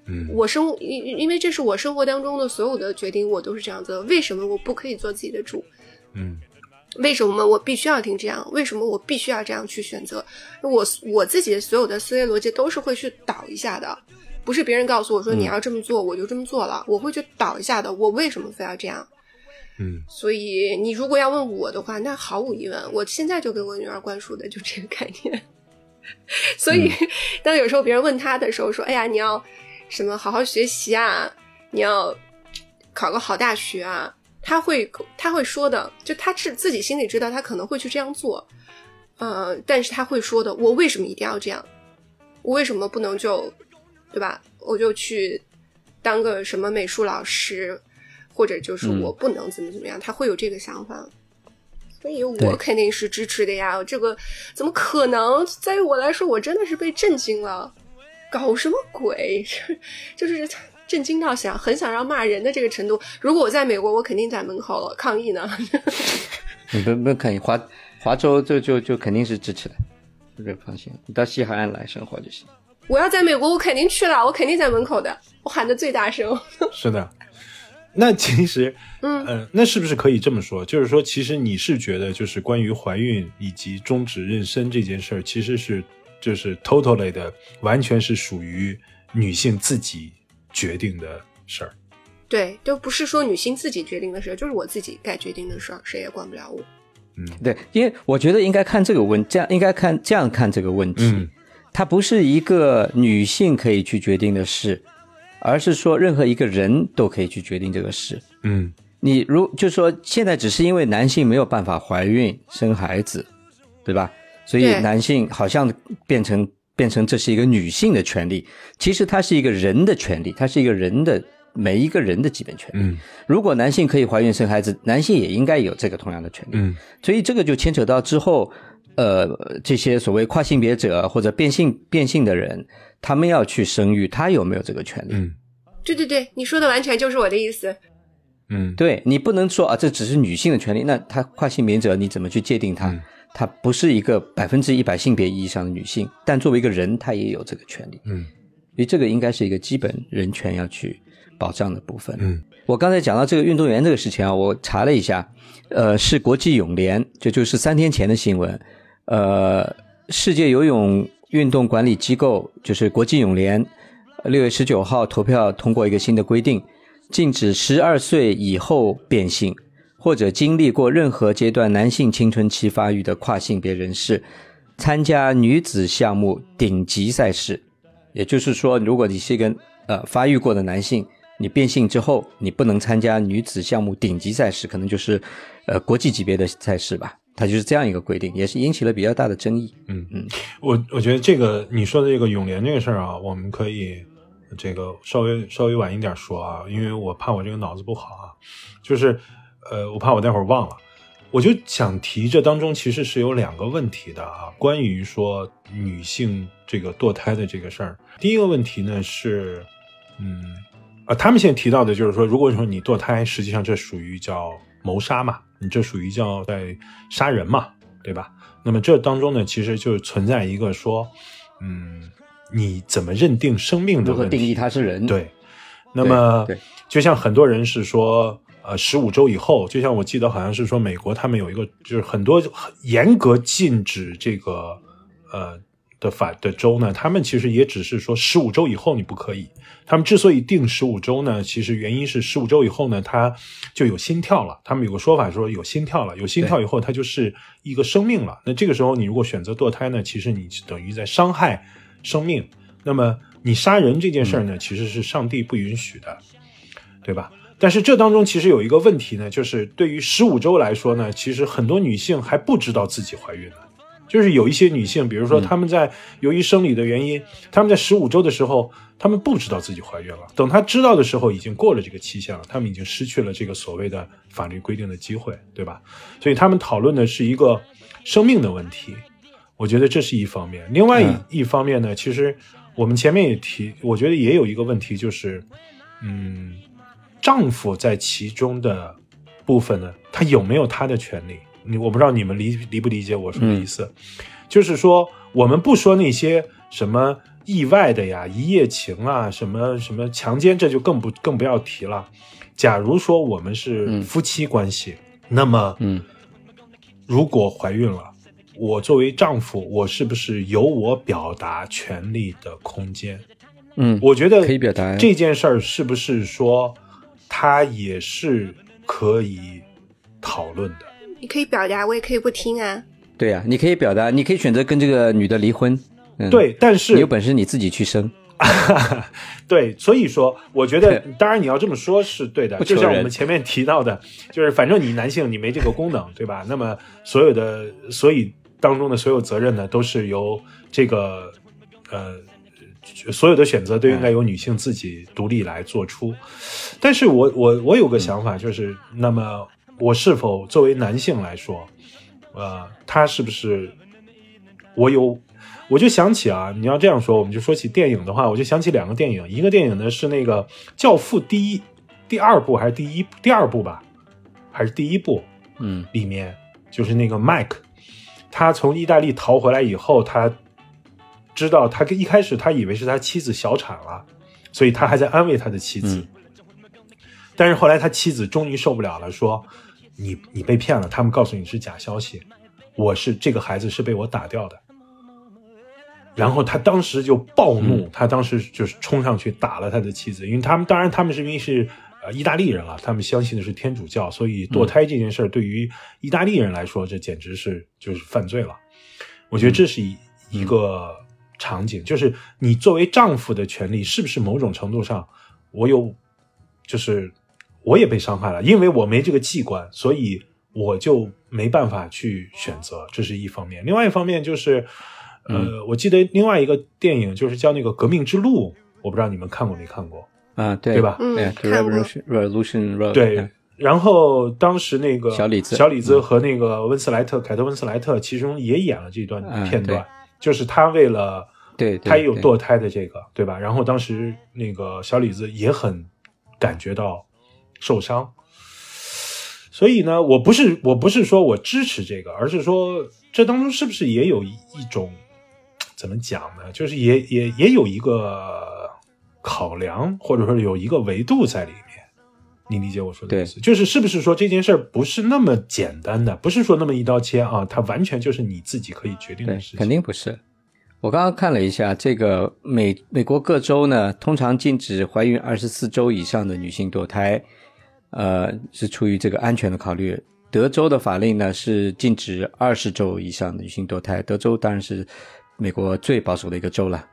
嗯，我生因因为这是我生活当中的所有的决定，我都是这样子的。为什么我不可以做自己的主？嗯为什么我必须要听这样？为什么我必须要这样去选择？我我自己所有的思维逻辑都是会去倒一下的，不是别人告诉我说你要这么做，我就这么做了，我会去倒一下的。我为什么非要这样？嗯所以你如果要问我的话，那毫无疑问，我现在就给我女儿灌输的就这个概念。 所以，当有时候别人问她的时候，说：“哎呀，你要什么好好学习啊，你要考个好大学啊。”她会她会说的，就她是自己心里知道，她可能会去这样做，呃，但是她会说的，我为什么一定要这样？我为什么不能就，对吧？我就去当个什么美术老师，或者就是嗯我不能怎么怎么样，他会有这个想法。所以对我肯定是支持的呀，这个怎么可能？在于我来说，我真的是被震惊了，搞什么鬼？ 就是震惊到想很想要骂人的这个程度。如果我在美国，我肯定在门口了抗议呢。你不不肯华华州就就就肯定是支持的，这个放心，你到西海岸来生活就行。我要在美国，我肯定去了，我肯定在门口的，我喊的最大声。是的。那其实，嗯呃，那是不是可以这么说？就是说，其实你是觉得，就是关于怀孕以及终止妊娠这件事儿，其实是就是 totally 的，完全是属于女性自己决定的事儿。对，都不是说女性自己决定的事，就是我自己该决定的事儿，谁也管不了我。嗯对，因为我觉得应该看这个问，这样应该看这样看这个问题。嗯它不是一个女性可以去决定的事，而是说任何一个人都可以去决定这个事。嗯你如就说现在只是因为男性没有办法怀孕生孩子，对吧？所以对男性好像变成变成这是一个女性的权利，其实它是一个人的权利，它是一个人的每一个人的基本权利。嗯如果男性可以怀孕生孩子，男性也应该有这个同样的权利。嗯所以这个就牵扯到之后，呃，这些所谓跨性别者或者变性变性的人，他们要去生育，他有没有这个权利？嗯对对对，你说的完全就是我的意思。嗯，对你不能说啊，这只是女性的权利。那他跨性别者，你怎么去界定他？嗯他不是一个百分之一百性别意义上的女性，但作为一个人，他也有这个权利。嗯所以这个应该是一个基本人权要去保障的部分。嗯我刚才讲到这个运动员这个事情啊，我查了一下，呃，是国际泳联，这就是三天前的新闻。呃，世界游泳运动管理机构就是国际泳联，六月十九号投票通过一个新的规定，禁止十二岁以后变性或者经历过任何阶段男性青春期发育的跨性别人士参加女子项目顶级赛事。也就是说，如果你是一个呃发育过的男性，你变性之后，你不能参加女子项目顶级赛事，可能就是呃国际级别的赛事吧。它就是这样一个规定，也是引起了比较大的争议。我我觉得这个你说的这个永联这个事儿啊，我们可以这个稍微稍微晚一点说啊，因为我怕我这个脑子不好啊，就是呃，我怕我待会儿忘了，我就想提这当中其实是有两个问题的啊，关于说女性这个堕胎的这个事儿，第一个问题呢是，嗯啊，他们现在提到的就是说，如果说你堕胎，实际上这属于叫谋杀嘛，你这属于叫在杀人嘛，对吧？那么这当中呢，其实就存在一个说，嗯，你怎么认定生命的如何问题？定义他是人？，对，那么对对就像很多人是说，呃，十五周以后，就像我记得好像是说美国他们有一个就是很多很严格禁止这个呃的法的州呢，他们其实也只是说十五周以后你不可以。他们之所以定十五周呢，其实原因是十五周以后呢，他就有心跳了。他们有个说法说有心跳了，有心跳以后它就是一个生命了。那这个时候你如果选择堕胎呢，其实你等于在伤害生命。那么你杀人这件事儿呢，其实是上帝不允许的，对吧？但是这当中其实有一个问题呢，就是对于十五周来说呢，其实很多女性还不知道自己怀孕呢。就是有一些女性，比如说她们在由于生理的原因，她们在十五周的时候，她们不知道自己怀孕了。等她知道的时候，已经过了这个期限了，她们已经失去了这个所谓的法律规定的机会，对吧？所以他们讨论的是一个生命的问题，我觉得这是一方面。另外一,、嗯一方面呢，其实我们前面也提，我觉得也有一个问题，就是，嗯，丈夫在其中的部分呢，他有没有他的权利？你我不知道你们理理不理解我说的意思，就是说我们不说那些什么意外的呀、一夜情啊、什么什么强奸，这就更不更不要提了。假如说我们是嗯夫妻关系，那么嗯如果怀孕了，我作为丈夫，我是不是有我表达权利的空间？嗯，我觉得可以表达这件事儿是不是说，它也是可以讨论的？你可以表达，我也可以不听啊。对呀、你可以表达，你可以选择跟这个女的离婚。嗯，对，，但是你有本事你自己去生。 对，所以说，我觉得对，当然你要这么说是对的，不就求像我人们前面提到的，就是反正你男性你没这个功能，对吧？那么所有的，所以当中的所有责任呢，都是由这个呃，所有的选择都应该由女性自己独立来做出。但是我我我有个想法，就是那么我是否作为男性来说，呃，他是不是我有，我就想起啊，你要这样说，我们就说起电影的话，我就想起两个电影，一个电影呢是那个《教父》第一、第二部还是第一第二部吧，还是第一部嗯里面，就是那个麦克，他从意大利逃回来以后，他知道他一开始他以为是他妻子小产了，所以他还在安慰他的妻子，嗯但是后来他妻子终于受不了了，说：“你你被骗了，他们告诉你是假消息，我是这个孩子是被我打掉的。”然后他当时就暴怒，他当时就是冲上去打了他的妻子，因为他们当然他们是因为是呃意大利人了，他们相信的是天主教，所以堕胎这件事儿对于意大利人来说，这简直是就是犯罪了。我觉得这是一一个场景，就是你作为丈夫的权利，是不是某种程度上，我有，就是我也被伤害了，因为我没这个器官，所以我就没办法去选择，这是一方面。另外一方面就是，呃，我记得另外一个电影就是叫那个《革命之路》，我不知道你们看过没看过。啊，对对吧嗯对就看过，revolution revolution road 对嗯，然后当时那个小李子嗯小李子和那个温斯莱特、凯特温斯莱特，其中也演了这段嗯片段，对就是他为了对，对他也有对堕胎的这个，对吧？然后当时那个小李子也很感觉到受伤，所以呢，我不是我不是说我支持这个，而是说这当中是不是也有一一种怎么讲呢？就是也也也有一个考量，或者说有一个维度在里面。你理解我说的意思，就是是不是说这件事儿不是那么简单的，不是说那么一刀切啊？它完全就是你自己可以决定的对事，情。肯定不是。我刚刚看了一下，这个美美国各州呢，通常禁止怀孕二十四周以上的女性堕胎，呃，是出于这个安全的考虑。德州的法令呢是禁止二十周以上的女性堕胎，德州当然是美国最保守的一个州了。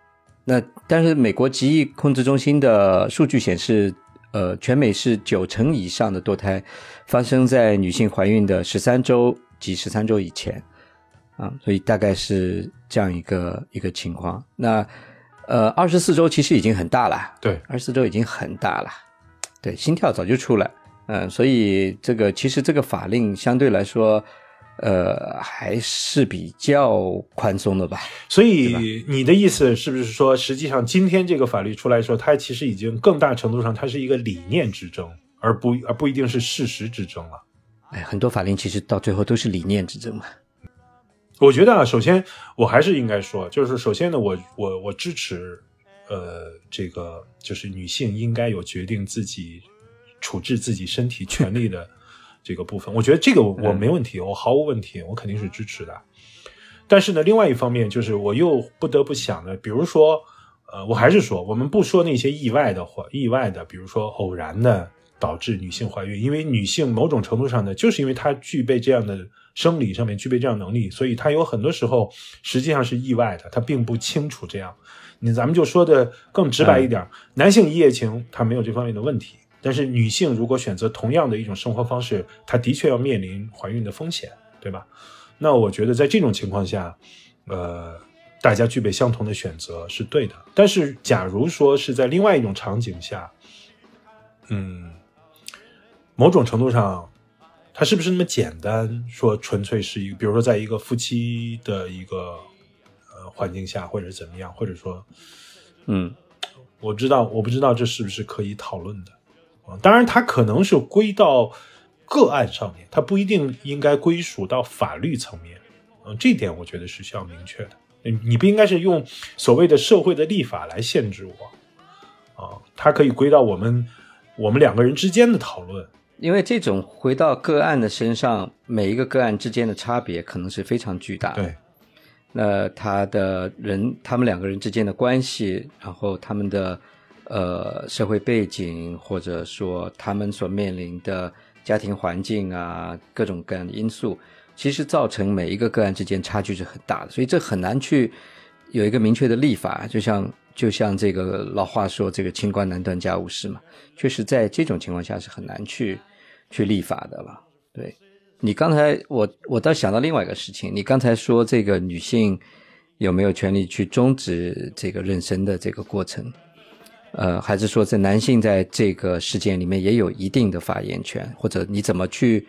那但是美国疾疫控制中心的数据显示，呃，全美是九成以上的堕胎发生在女性怀孕的十三周及十三周以前。啊，所以大概是这样一个一个情况。那呃，二十四周其实已经很大了，对，二十四周已经很大了，对，心跳早就出来，嗯、所以这个其实这个法令相对来说，呃，还是比较宽松的吧。所以你的意思是不是说，实际上今天这个法律出来说，它其实已经更大程度上它是一个理念之争，而不而不一定是事实之争了？哎，很多法令其实到最后都是理念之争嘛。我觉得啊，首先我还是应该说，就是首先呢，我我我支持，呃，这个就是女性应该有决定自己处置自己身体权利的这个部分，我觉得这个我我没问题，我毫无问题，我肯定是支持的。但是呢，另外一方面就是我又不得不想的，比如说，呃，我还是说，我们不说那些意外的或意外的，比如说偶然的导致女性怀孕，因为女性某种程度上呢，就是因为她具备这样的生理上面具备这样能力，所以她有很多时候实际上是意外的，她并不清楚这样。你咱们就说的更直白一点，男性一夜情他没有这方面的问题，但是女性如果选择同样的一种生活方式，她的确要面临怀孕的风险，对吧？那我觉得在这种情况下，呃，大家具备相同的选择是对的。但是，假如说是在另外一种场景下，嗯，某种程度上，它是不是那么简单？说纯粹是一个，比如说在一个夫妻的一个呃环境下，或者是怎么样，或者说，嗯，我知道，我不知道这是不是可以讨论的。啊当然，它可能是归到个案上面，它不一定应该归属到法律层面。嗯，这一点我觉得是需要明确的。你你不应该是用所谓的社会的立法来限制我啊，它可以归到我们我们两个人之间的讨论。因为这种回到个案的身上，每一个个案之间的差别可能是非常巨大的。对，那他的人，他们两个人之间的关系，然后他们的呃社会背景，或者说他们所面临的家庭环境啊，各种各样的因素，其实造成每一个个案之间差距是很大的，所以这很难去有一个明确的立法。就像就像这个老话说，这个清官难断家务事嘛，确实在这种情况下是很难去去立法的了。对，你刚才我我倒想到另外一个事情，你刚才说这个女性有没有权利去终止这个妊娠的这个过程？呃，还是说在男性在这个事件里面也有一定的发言权，或者你怎么去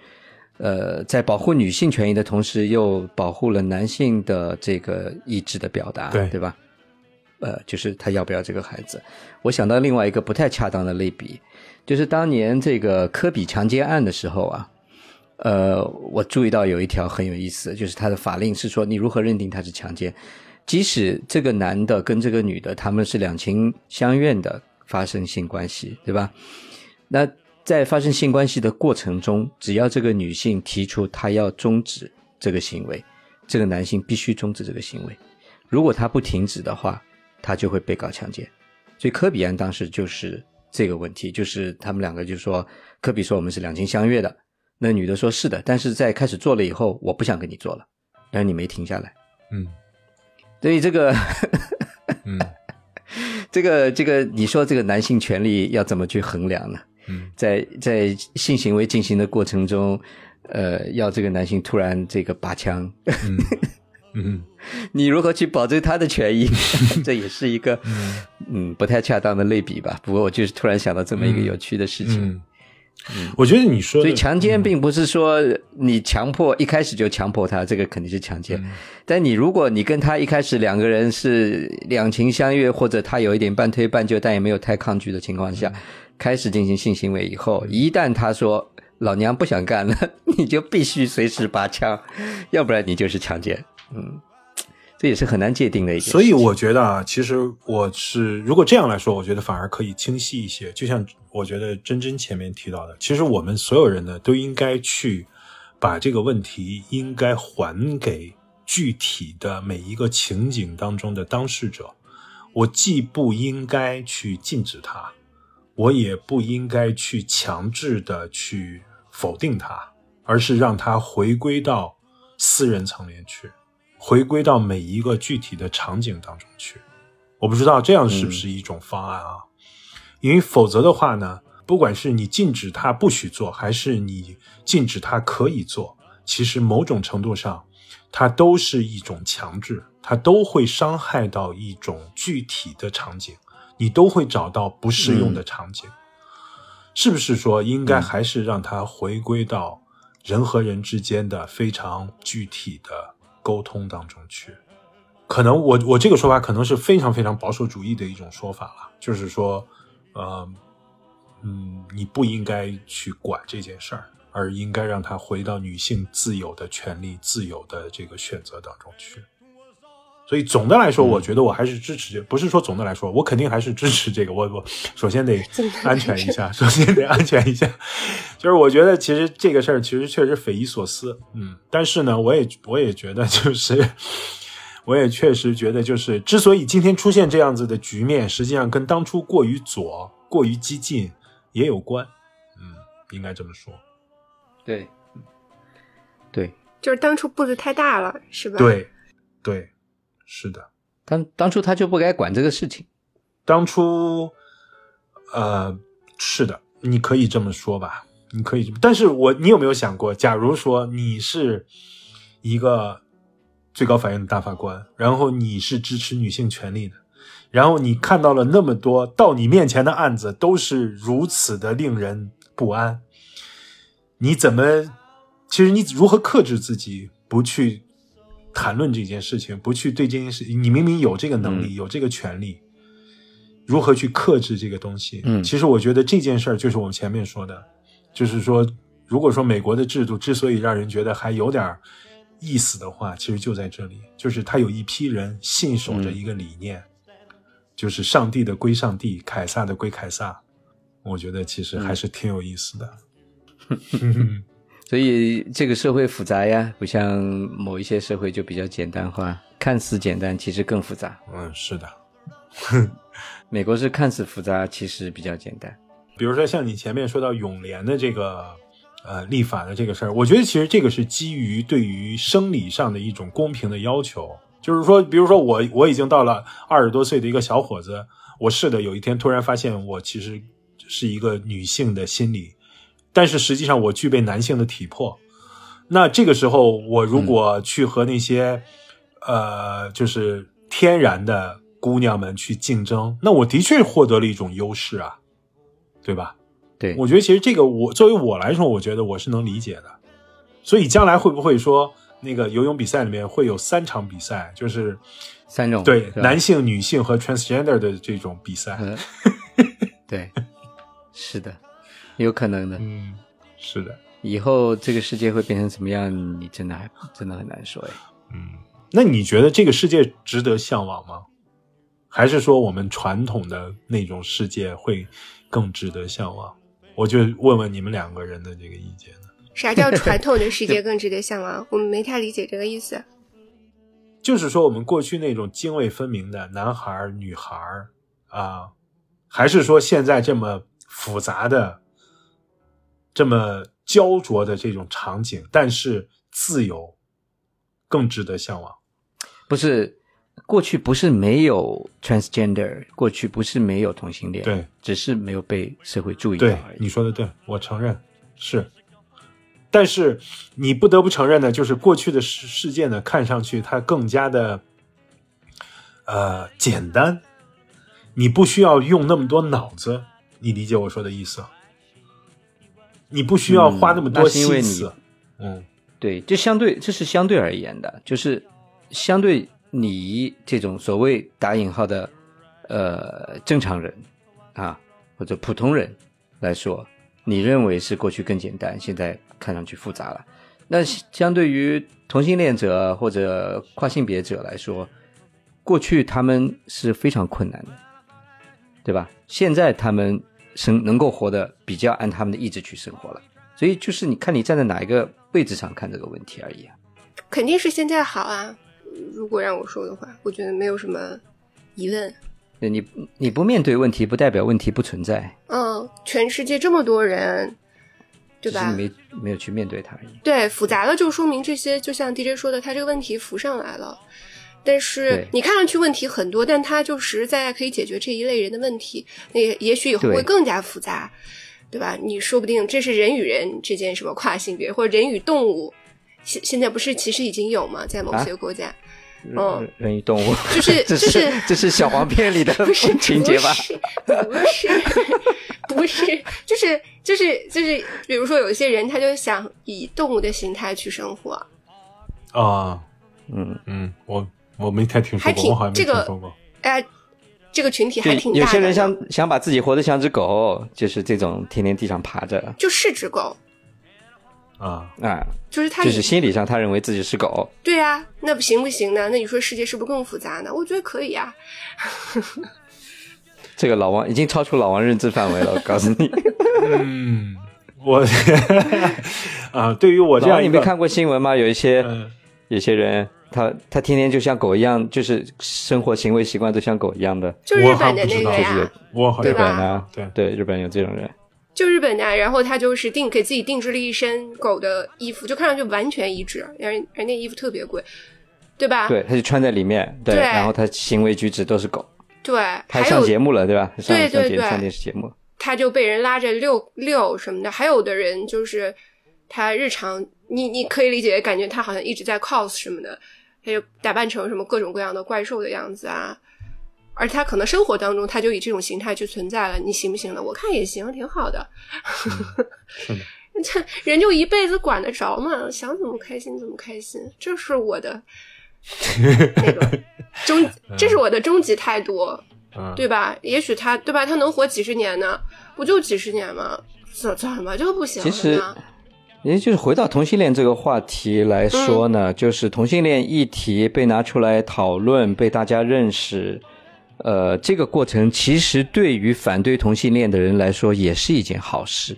呃，在保护女性权益的同时，又保护了男性的这个意志的表达，对对吧？呃，就是他要不要这个孩子？我想到另外一个不太恰当的类比，就是当年这个科比强奸案的时候啊，呃，我注意到有一条很有意思，就是他的法令是说你如何认定他是强奸，即使这个男的跟这个女的他们是两情相愿的发生性关系，对吧？那在发生性关系的过程中，只要这个女性提出她要终止这个行为，这个男性必须终止这个行为。如果他不停止的话，他就会被告强奸。所以科比安当时就是这个问题，就是他们两个就说，科比说我们是两情相悦的，那女的说是的，但是在开始做了以后，我不想跟你做了，但是你没停下来，嗯所以这个嗯 这个这个，你说这个男性权利要怎么去衡量呢？嗯在在性行为进行的过程中，呃，要这个男性突然这个拔枪，嗯嗯你如何去保证他的权益？ 这也是一个嗯不太恰当的类比吧。不过我就是突然想到这么一个有趣的事情。嗯，我觉得嗯你说所的以强奸并不是说你强迫一开始就强迫他，这个肯定是强嗯奸。但你如果你跟他一开始两个人是两情相悦，或者他有一点半推半就，但也没有太抗拒的情况下，嗯开始进行性行为以后，一旦他说老娘不想干了，你就必须随时拔枪，嗯要不然你就是强奸。嗯，这也是很难界定的一个。所以我觉得啊，其实我是如果这样来说，我觉得反而可以清晰一些。就像我觉得珍珍前面提到的，其实我们所有人呢都应该去把这个问题应该还给具体的每一个情景当中的当事者。我既不应该去禁止他，我也不应该去强制的去否定他，而是让他回归到私人层面去。回归到每一个具体的场景当中去。我不知道这样是不是一种方案啊？因为否则的话呢，不管是你禁止他不许做，还是你禁止他可以做，其实某种程度上，它都是一种强制，它都会伤害到一种具体的场景，你都会找到不适用的场景。是不是说应该还是让它回归到人和人之间的非常具体的沟通当中去？可能我我这个说法可能是非常非常保守主义的一种说法了，就是说，呃，嗯，你不应该去管这件事儿，而应该让它回到女性自由的权利、自由的这个选择当中去。所以总的来说，我觉得我还是支持，这，不是说总的来说，我肯定还是支持这个。我我首先得安全一下，首先得安全一下。就是我觉得其实这个事儿其实确实匪夷所思，嗯，但是呢，我也我也觉得就是，我也确实觉得就是，之所以今天出现这样子的局面，实际上跟当初过于左、过于激进也有关，嗯，应该这么说。对，对，就是当初步子太大了，是吧？，对，对，是的。当当初他就不该管这个事情。当初，呃，是的，你可以这么说吧，你可以这么。但是我，你有没有想过，假如说你是一个最高法院的大法官，然后你是支持女性权利的，然后你看到了那么多到你面前的案子都是如此的令人不安，你怎么，其实你如何克制自己不去谈论这件事情，不去对这件事，你明明有这个能力，有这个权利，如何去克制这个东西？嗯其实我觉得这件事儿就是我们前面说的，就是说，如果说美国的制度之所以让人觉得还有点儿意思的话，其实就在这里，就是他有一批人信守着一个理念，就是上帝的归上帝，凯撒的归凯撒。我觉得其实还是挺有意思的。所以这个社会复杂呀，不像某一些社会就比较简单化，看似简单，其实更复杂。嗯，是的。美国是看似复杂，其实比较简单。比如说像你前面说到永联的这个呃立法的这个事儿，我觉得其实这个是基于对于生理上的一种公平的要求，就是说，比如说我我已经到了二十多岁的一个小伙子，我是的，有一天突然发现我其实是一个女性的心理，但是实际上我具备男性的体魄。那这个时候，我如果去和那些、呃，就是天然的姑娘们去竞争，那我的确获得了一种优势啊，对吧？对，我觉得其实这个我作为我来说，我觉得我是能理解的。所以将来会不会说那个游泳比赛里面会有三场比赛，就是三种对是吧男性、女性和 transgender 的这种比赛？嗯，对，是的，有可能的。嗯，是的，以后这个世界会变成什么样，你真的还真的很难说哎。嗯。那你觉得这个世界值得向往吗？还是说我们传统的那种世界会更值得向往？我就问问你们两个人的这个意见呢。啥叫传统的 世界更值得向往？我们没太理解这个意思。就是说我们过去那种泾渭分明的男孩儿、女孩儿啊，还是说现在这么复杂的、这么焦灼的这种场景，但是自由更值得向往。不是，过去不是没有 transgender，过去不是没有同性恋，对，只是没有被社会注意到对而，已。你说的对，我承认是。但是你不得不承认呢，就是过去的世世界呢，看上去它更加的呃简单，你不需要用那么多脑子，你理解我说的意思？啊你不需要嗯花那么那多是因为心你思，嗯，对，这相对这是相对而言的，就是相对你这种所谓打引号的呃正常人啊或者普通人来说，你认为是过去更简单，现在看上去复杂了。那相对于同性恋者或者跨性别者来说，过去他们是非常困难的，对吧？现在他们生能够活得比较按他们的意志去生活了。所以就是你看你站在哪一个位置上看这个问题而已、啊。肯定是现在好啊。如果让我说的话，我觉得没有什么疑问。对你你不面对问题，不代表问题不存在，嗯，全世界这么多人，对只吧？是你没没有去面对它而已。对，复杂了就说明这些，就像 DJ 说的，他这个问题浮上来了。但是对你看上去问题很多，但它就实实在在可以解决这一类人的问题。那也也许以后对会更加复杂，对吧？你说不定这是人与人之间什么跨性别，或者人与动物，现现在不是其实已经有吗？在啊某些国家，嗯人，人与动物，就是 这就是这是小黄片里的 不是情节吧？不是，不是，不是，就是就是就是，比如说有一些人他就想以动物的形态去生活，啊，嗯，嗯，我我没太听说还过，挺我好像没这个听说过。哎、这个群体还挺就有大的。些人想想把自己活得像只狗，就是这种天天地上爬着就是只狗，啊，啊，就是他就是心理上他认为自己是狗，对啊，那不行不行呢？那你说世界是不是更复杂呢？我觉得可以啊。这个老王已经超出老王认知范围了，我告诉你。嗯，我 啊，对于 我这老样王，一你个没看过新闻吗？有一些嗯有些人，他他天天就像狗一样，就是生活行为习惯都像狗一样的，就日本的那我个还不知呀道，我好像对日本吧啊，对对，日本有这种人，就日本的，啊然后他就是定给自己定制了一身狗的衣服，就看上去完全一致，而而那衣服特别贵，对吧？对，他就穿在里面，对，啊对然后他行为举止都是狗，对，他还上有节目了，对吧？上对上对节对上电视节目，他就被人拉着遛遛什么的。还有的人就是他日常，你你可以理解，感觉他好像一直在 cos 什么的，他就打扮成什么各种各样的怪兽的样子啊。而他可能生活当中他就以这种形态去存在了，你行不行呢？我看也行，挺好的。是的。 这人就一辈子管得着吗？想怎么开心怎么开心，这是 我的那个终，这是我的终极态度。啊嗯，对吧？也许他对吧？他能活几十年呢？不就几十年吗？怎怎么就不行其了实呢？也就是回到同性恋这个话题来说呢，就是同性恋议题被拿出来讨论，被大家认识，呃，这个过程其实对于反对同性恋的人来说也是一件好事。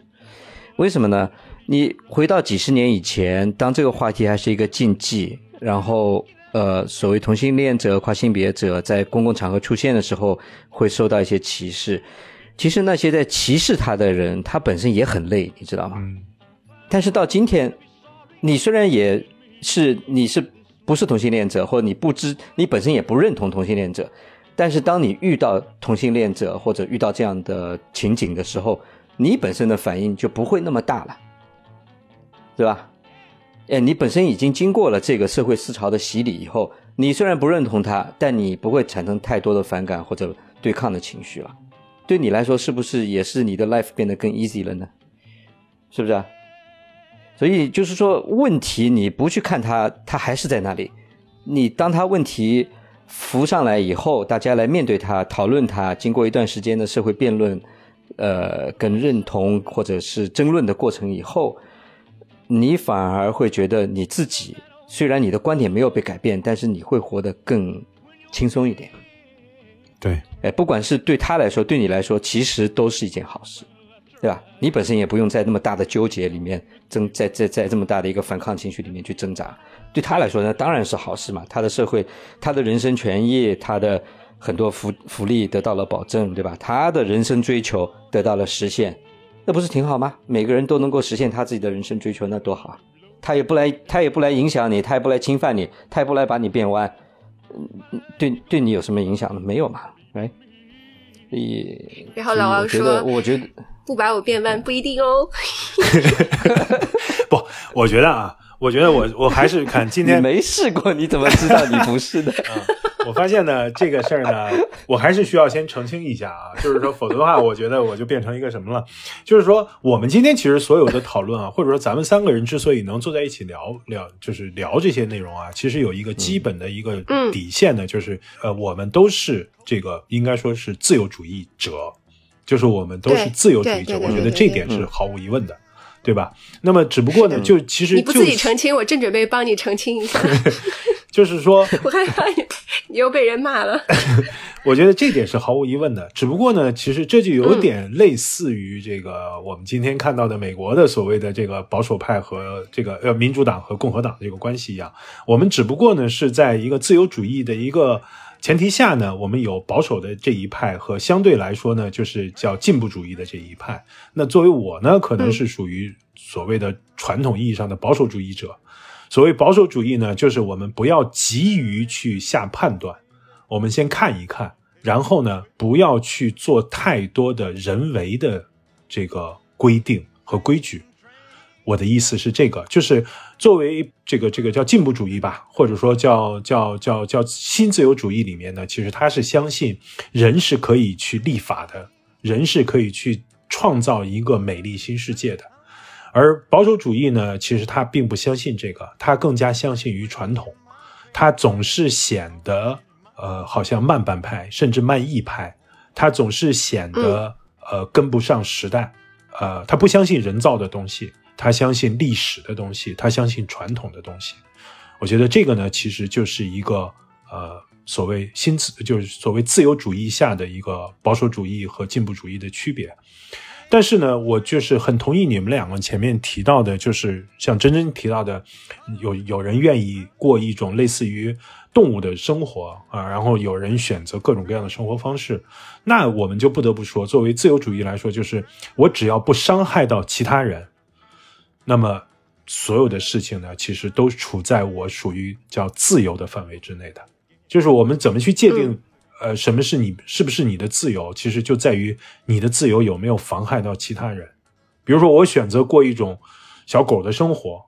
为什么呢？你回到几十年以前，当这个话题还是一个禁忌，然后呃，所谓同性恋者、跨性别者在公共场合出现的时候，会受到一些歧视。其实那些在歧视他的人，他本身也很累，你知道吗？嗯但是到今天，你虽然也是你是不是同性恋者，或者你不知你本身也不认同同性恋者，但是当你遇到同性恋者或者遇到这样的情景的时候，你本身的反应就不会那么大了，对吧？哎，你本身已经经过了这个社会思潮的洗礼以后，你虽然不认同它，但你不会产生太多的反感或者对抗的情绪了。对你来说，是不是也是你的 life 变得更 easy 了呢？是不是啊？所以就是说，问题你不去看它，它还是在那里。你当它问题浮上来以后，大家来面对它、讨论它，经过一段时间的社会辩论，呃，跟认同或者是争论的过程以后，你反而会觉得你自己虽然你的观点没有被改变，但是你会活得更轻松一点。对，哎，不管是对他来说，对你来说，其实都是一件好事，对吧？你本身也不用在那么大的纠结里面挣，在在在这么大的一个反抗情绪里面去挣扎。对他来说，那当然是好事嘛。他的社会，他的人身权益，他的很多福福利得到了保证，对吧？他的人生追求得到了实现，那不是挺好吗？每个人都能够实现他自己的人生追求，那多好啊！他也不来，他也不来影响你，他也不来侵犯你，他也不来把你变弯，嗯，对对你有什么影响呢？没有嘛，哎。所以，然后老王所以我觉得，说我觉得，不把我变弯不一定哦。不， 我觉得啊，我觉得我我还是看今你天没试过，你怎么知道你不是 呢？我发现呢，这个事儿呢，我还是需要先澄清一下啊，就是说，否则的话，我觉得我就变成一个什么了，就是说，我们今天其实所有的讨论啊，或者说咱们三个人之所以能坐在一起聊聊，就是聊这些内容啊，其实有一个基本的一个嗯底线呢，就是呃，我们都是这个应该说是自由主义者，就是我们都是对自由主对义对者，对我觉对得这对对嗯点是毫无疑问的。对吧？那么只不过呢，就其实你不自己就澄清，我正准备帮你澄清一下，就是说，我害怕你你又被人 骂了。我觉得这点是毫无疑问的。只不过呢，其实这就有点类似于这个我们今天看到的美国的所谓的这个保守派和这个呃民主党和共和党的这个关系一样。我们只不过呢是在一个自由主义的一个前提下呢，我们有保守的这一派和相对来说呢就是叫进步主义的这一派。那作为我呢，可能是属于所谓的传统意义上的保守主义者。所谓保守主义呢，就是我们不要急于去下判断，我们先看一看，然后呢，不要去做太多的人为的这个规定和规矩。我的意思是，这个就是作为这个这个叫进步主义吧，或者说叫叫叫叫新自由主义里面呢，其实他是相信人是可以去立法的，人是可以去创造一个美丽新世界的。而保守主义呢，其实他并不相信这个，他更加相信于传统，他总是显得呃好像慢半拍，甚至慢一拍，他总是显得、呃跟不上时代，呃，他不相信人造的东西，他相信历史的东西，他相信传统的东西。我觉得这个呢，其实就是一个呃所谓新自，就是所谓自由主义下的一个保守主义和进步主义的区别。但是呢，我就是很同意你们两个前面提到的，就是像真真提到的，有有人愿意过一种类似于动物的生活啊，然后有人选择各种各样的生活方式。那我们就不得不说，作为自由主义来说，就是我只要不伤害到其他人，那么所有的事情呢，其实都处在我属于叫自由的范围之内的。就是我们怎么去界定、呃，什么是你是不是你的自由，其实就在于你的自由有没有妨害到其他人。比如说，我选择过一种小狗的生活，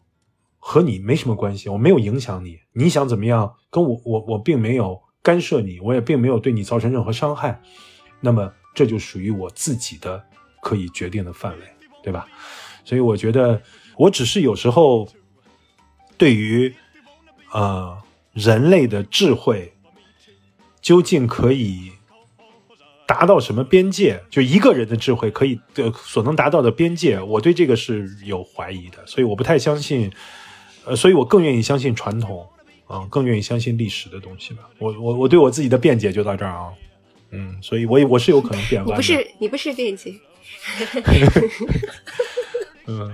和你没什么关系，我没有影响你，你想怎么样，跟我我我并没有干涉你，我也并没有对你造成任何伤害，那么这就属于我自己的可以决定的范围，对吧？所以我觉得，我只是有时候对于呃人类的智慧究竟可以达到什么边界，就一个人的智慧可以呃所能达到的边界，我对这个是有怀疑的，所以我不太相信，呃，所以我更愿意相信传统，嗯、更愿意相信历史的东西吧。我我我对我自己的辩解就到这儿啊，嗯，所以我也我是有可能变弯你的，不是你不是辩解，嗯，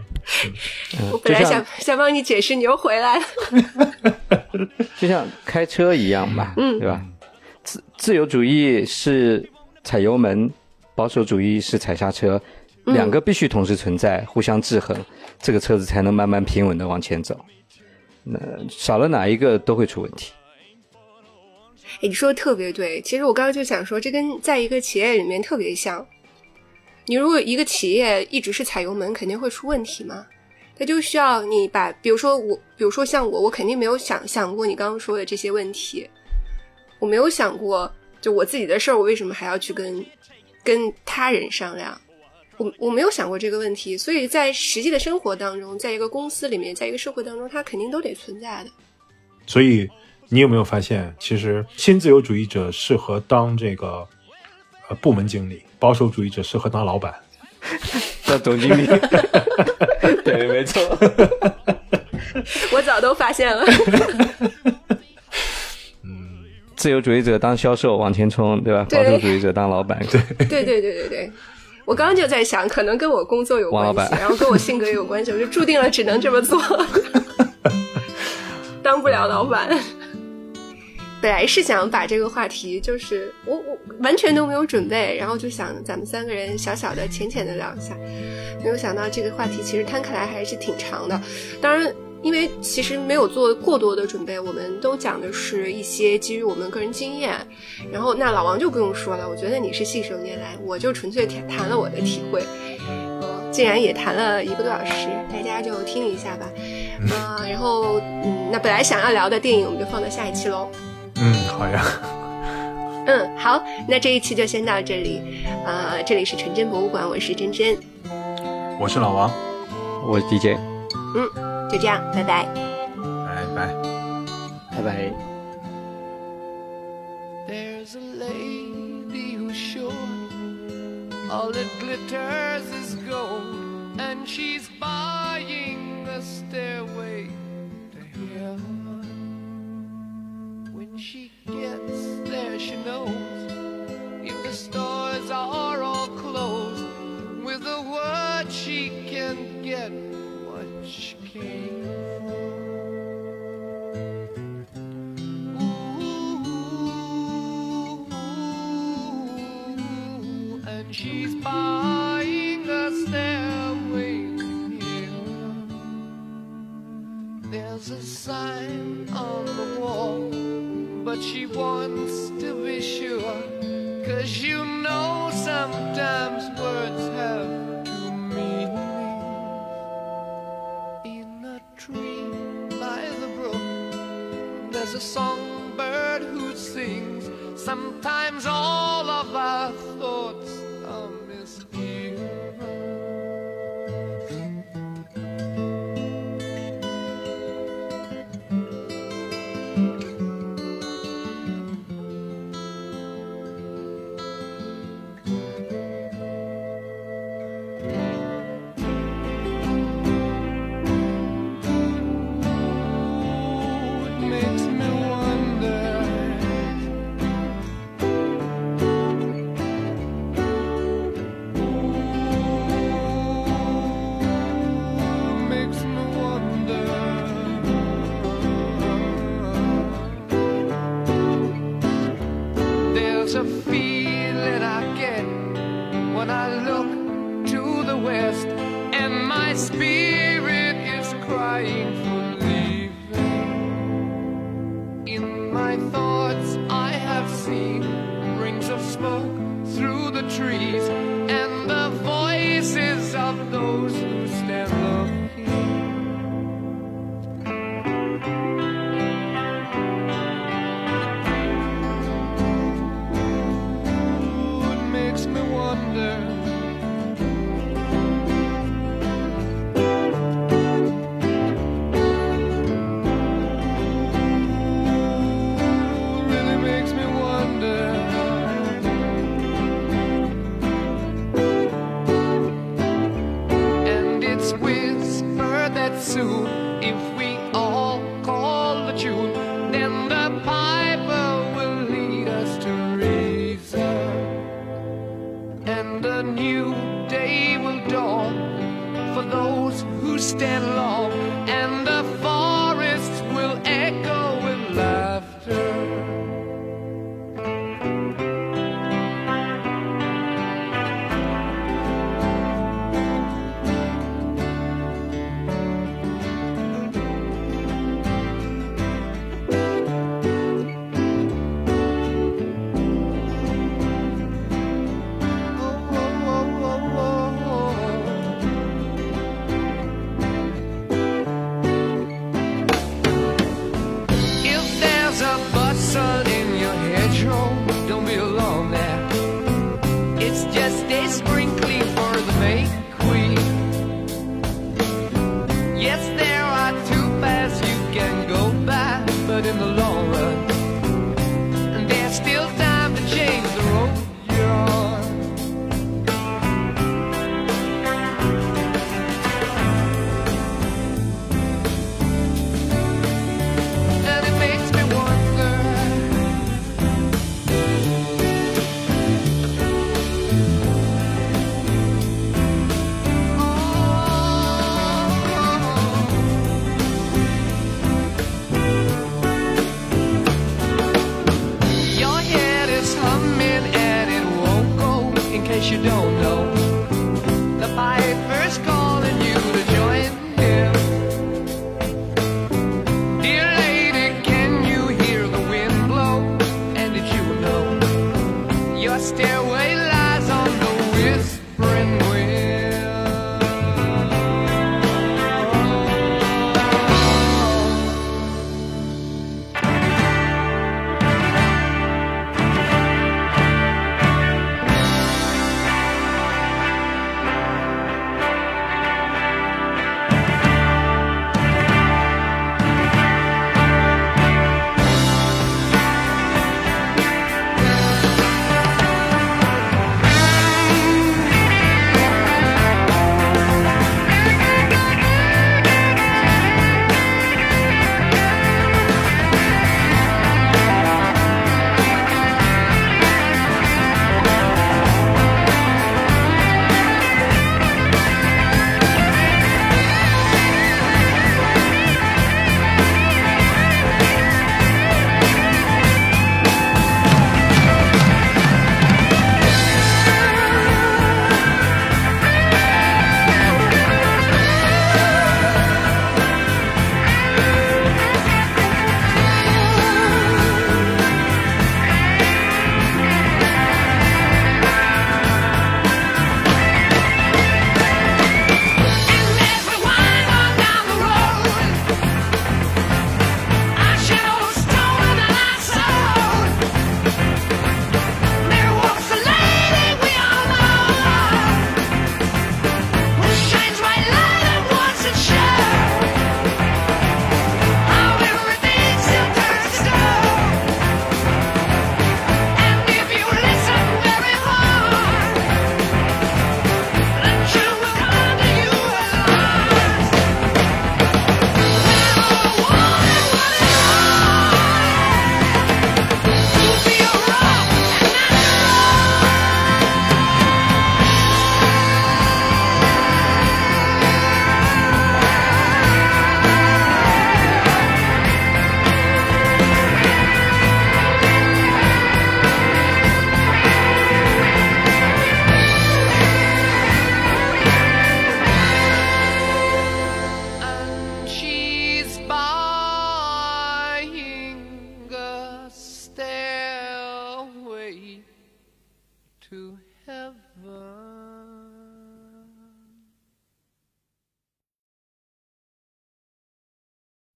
我本来就像想想帮你解释，你又回来了。就像开车一样吧，嗯对吧？自自由主义是踩油门，保守主义是踩刹车，嗯两个必须同时存在，互相制衡，这个车子才能慢慢平稳的往前走。那少了哪一个都会出问题。哎，你说的特别对。其实我刚刚就想说，这跟在一个企业里面特别像。你如果一个企业一直是踩油门，肯定会出问题嘛。它就需要你把，比如说我，比如说像我，我肯定没有想想过你刚刚说的这些问题，我没有想过，就我自己的事儿，我为什么还要去跟跟他人商量？我我没有想过这个问题，所以在实际的生活当中，在一个公司里面，在一个社会当中，它肯定都得存在的。 所以你有没有发现，其实新自由主义者适合当这个呃部门经理，保守主义者适合当老板。那总经 理，对，没错。我早都发现了。自由主义者当销售往前冲，对吧？对保守主义者当老板，对，对对对对对，我刚刚就在想，可能跟我工作有关王老系，板然后跟我性格也有关系，我就注定了只能这么做， 当不了老板。本来是想把这个话题，就是我我完全都没有准备，然后就想咱们三个人小小的、浅浅的聊一下，没有想到这个话题其实摊开来还是挺长的。当然，因为其实没有做过多的准备，我们都讲的是一些基于我们个人经验，然后那老王就不用说了，我觉得你是信手拈来，我就纯粹谈谈了我的体会，呃，竟然也谈了一个多小时，大家就听一下吧。呃，然后嗯，那本来想要聊的电影我们就放到下一期喽。嗯，好呀，嗯，好，那这一期就先到这里。呃，这里是纯真博物馆，我是真真，我是老王，我是 DJ，嗯就这样，拜拜。拜拜。拜拜。 There's a lady who's sure all that glitters is gold, and she's buying a stairway to heaven. When she gets there, she knows if the stores are all closed, with a word she can get what she came for. And she's buying a stairway to heaven. There's a sign on the wall, but she wants to be sure. Cause you know sometimes words have two meanings. In a tree by the brook, there's a songbird who sings. Sometimes all of our thoughts are misgiven. Oh, it makes me wonder. Ooh, makes me wonder. There's a feeling I get when I look to the west, and my spirit is crying for leaving. In my thoughts, I have seen rings of smoke through the trees, and the voices of those who stand looking. Ooh, it makes me wonder. Ooh, really makes me wonder. soon if we all call the tune. Then the piper will lead us to reason, and a new day will dawn for those who stand long, and the forest will echo with laughter. If there's a bustle in your hedgerow, don't be alone there. It's just a sprinkling for the May Queen. Yes, there are two paths you can go by, but in the long run, there's still time to change the road you're on. and it makes me wonder. Oh. Your head is humming and it won't go in case you don't know.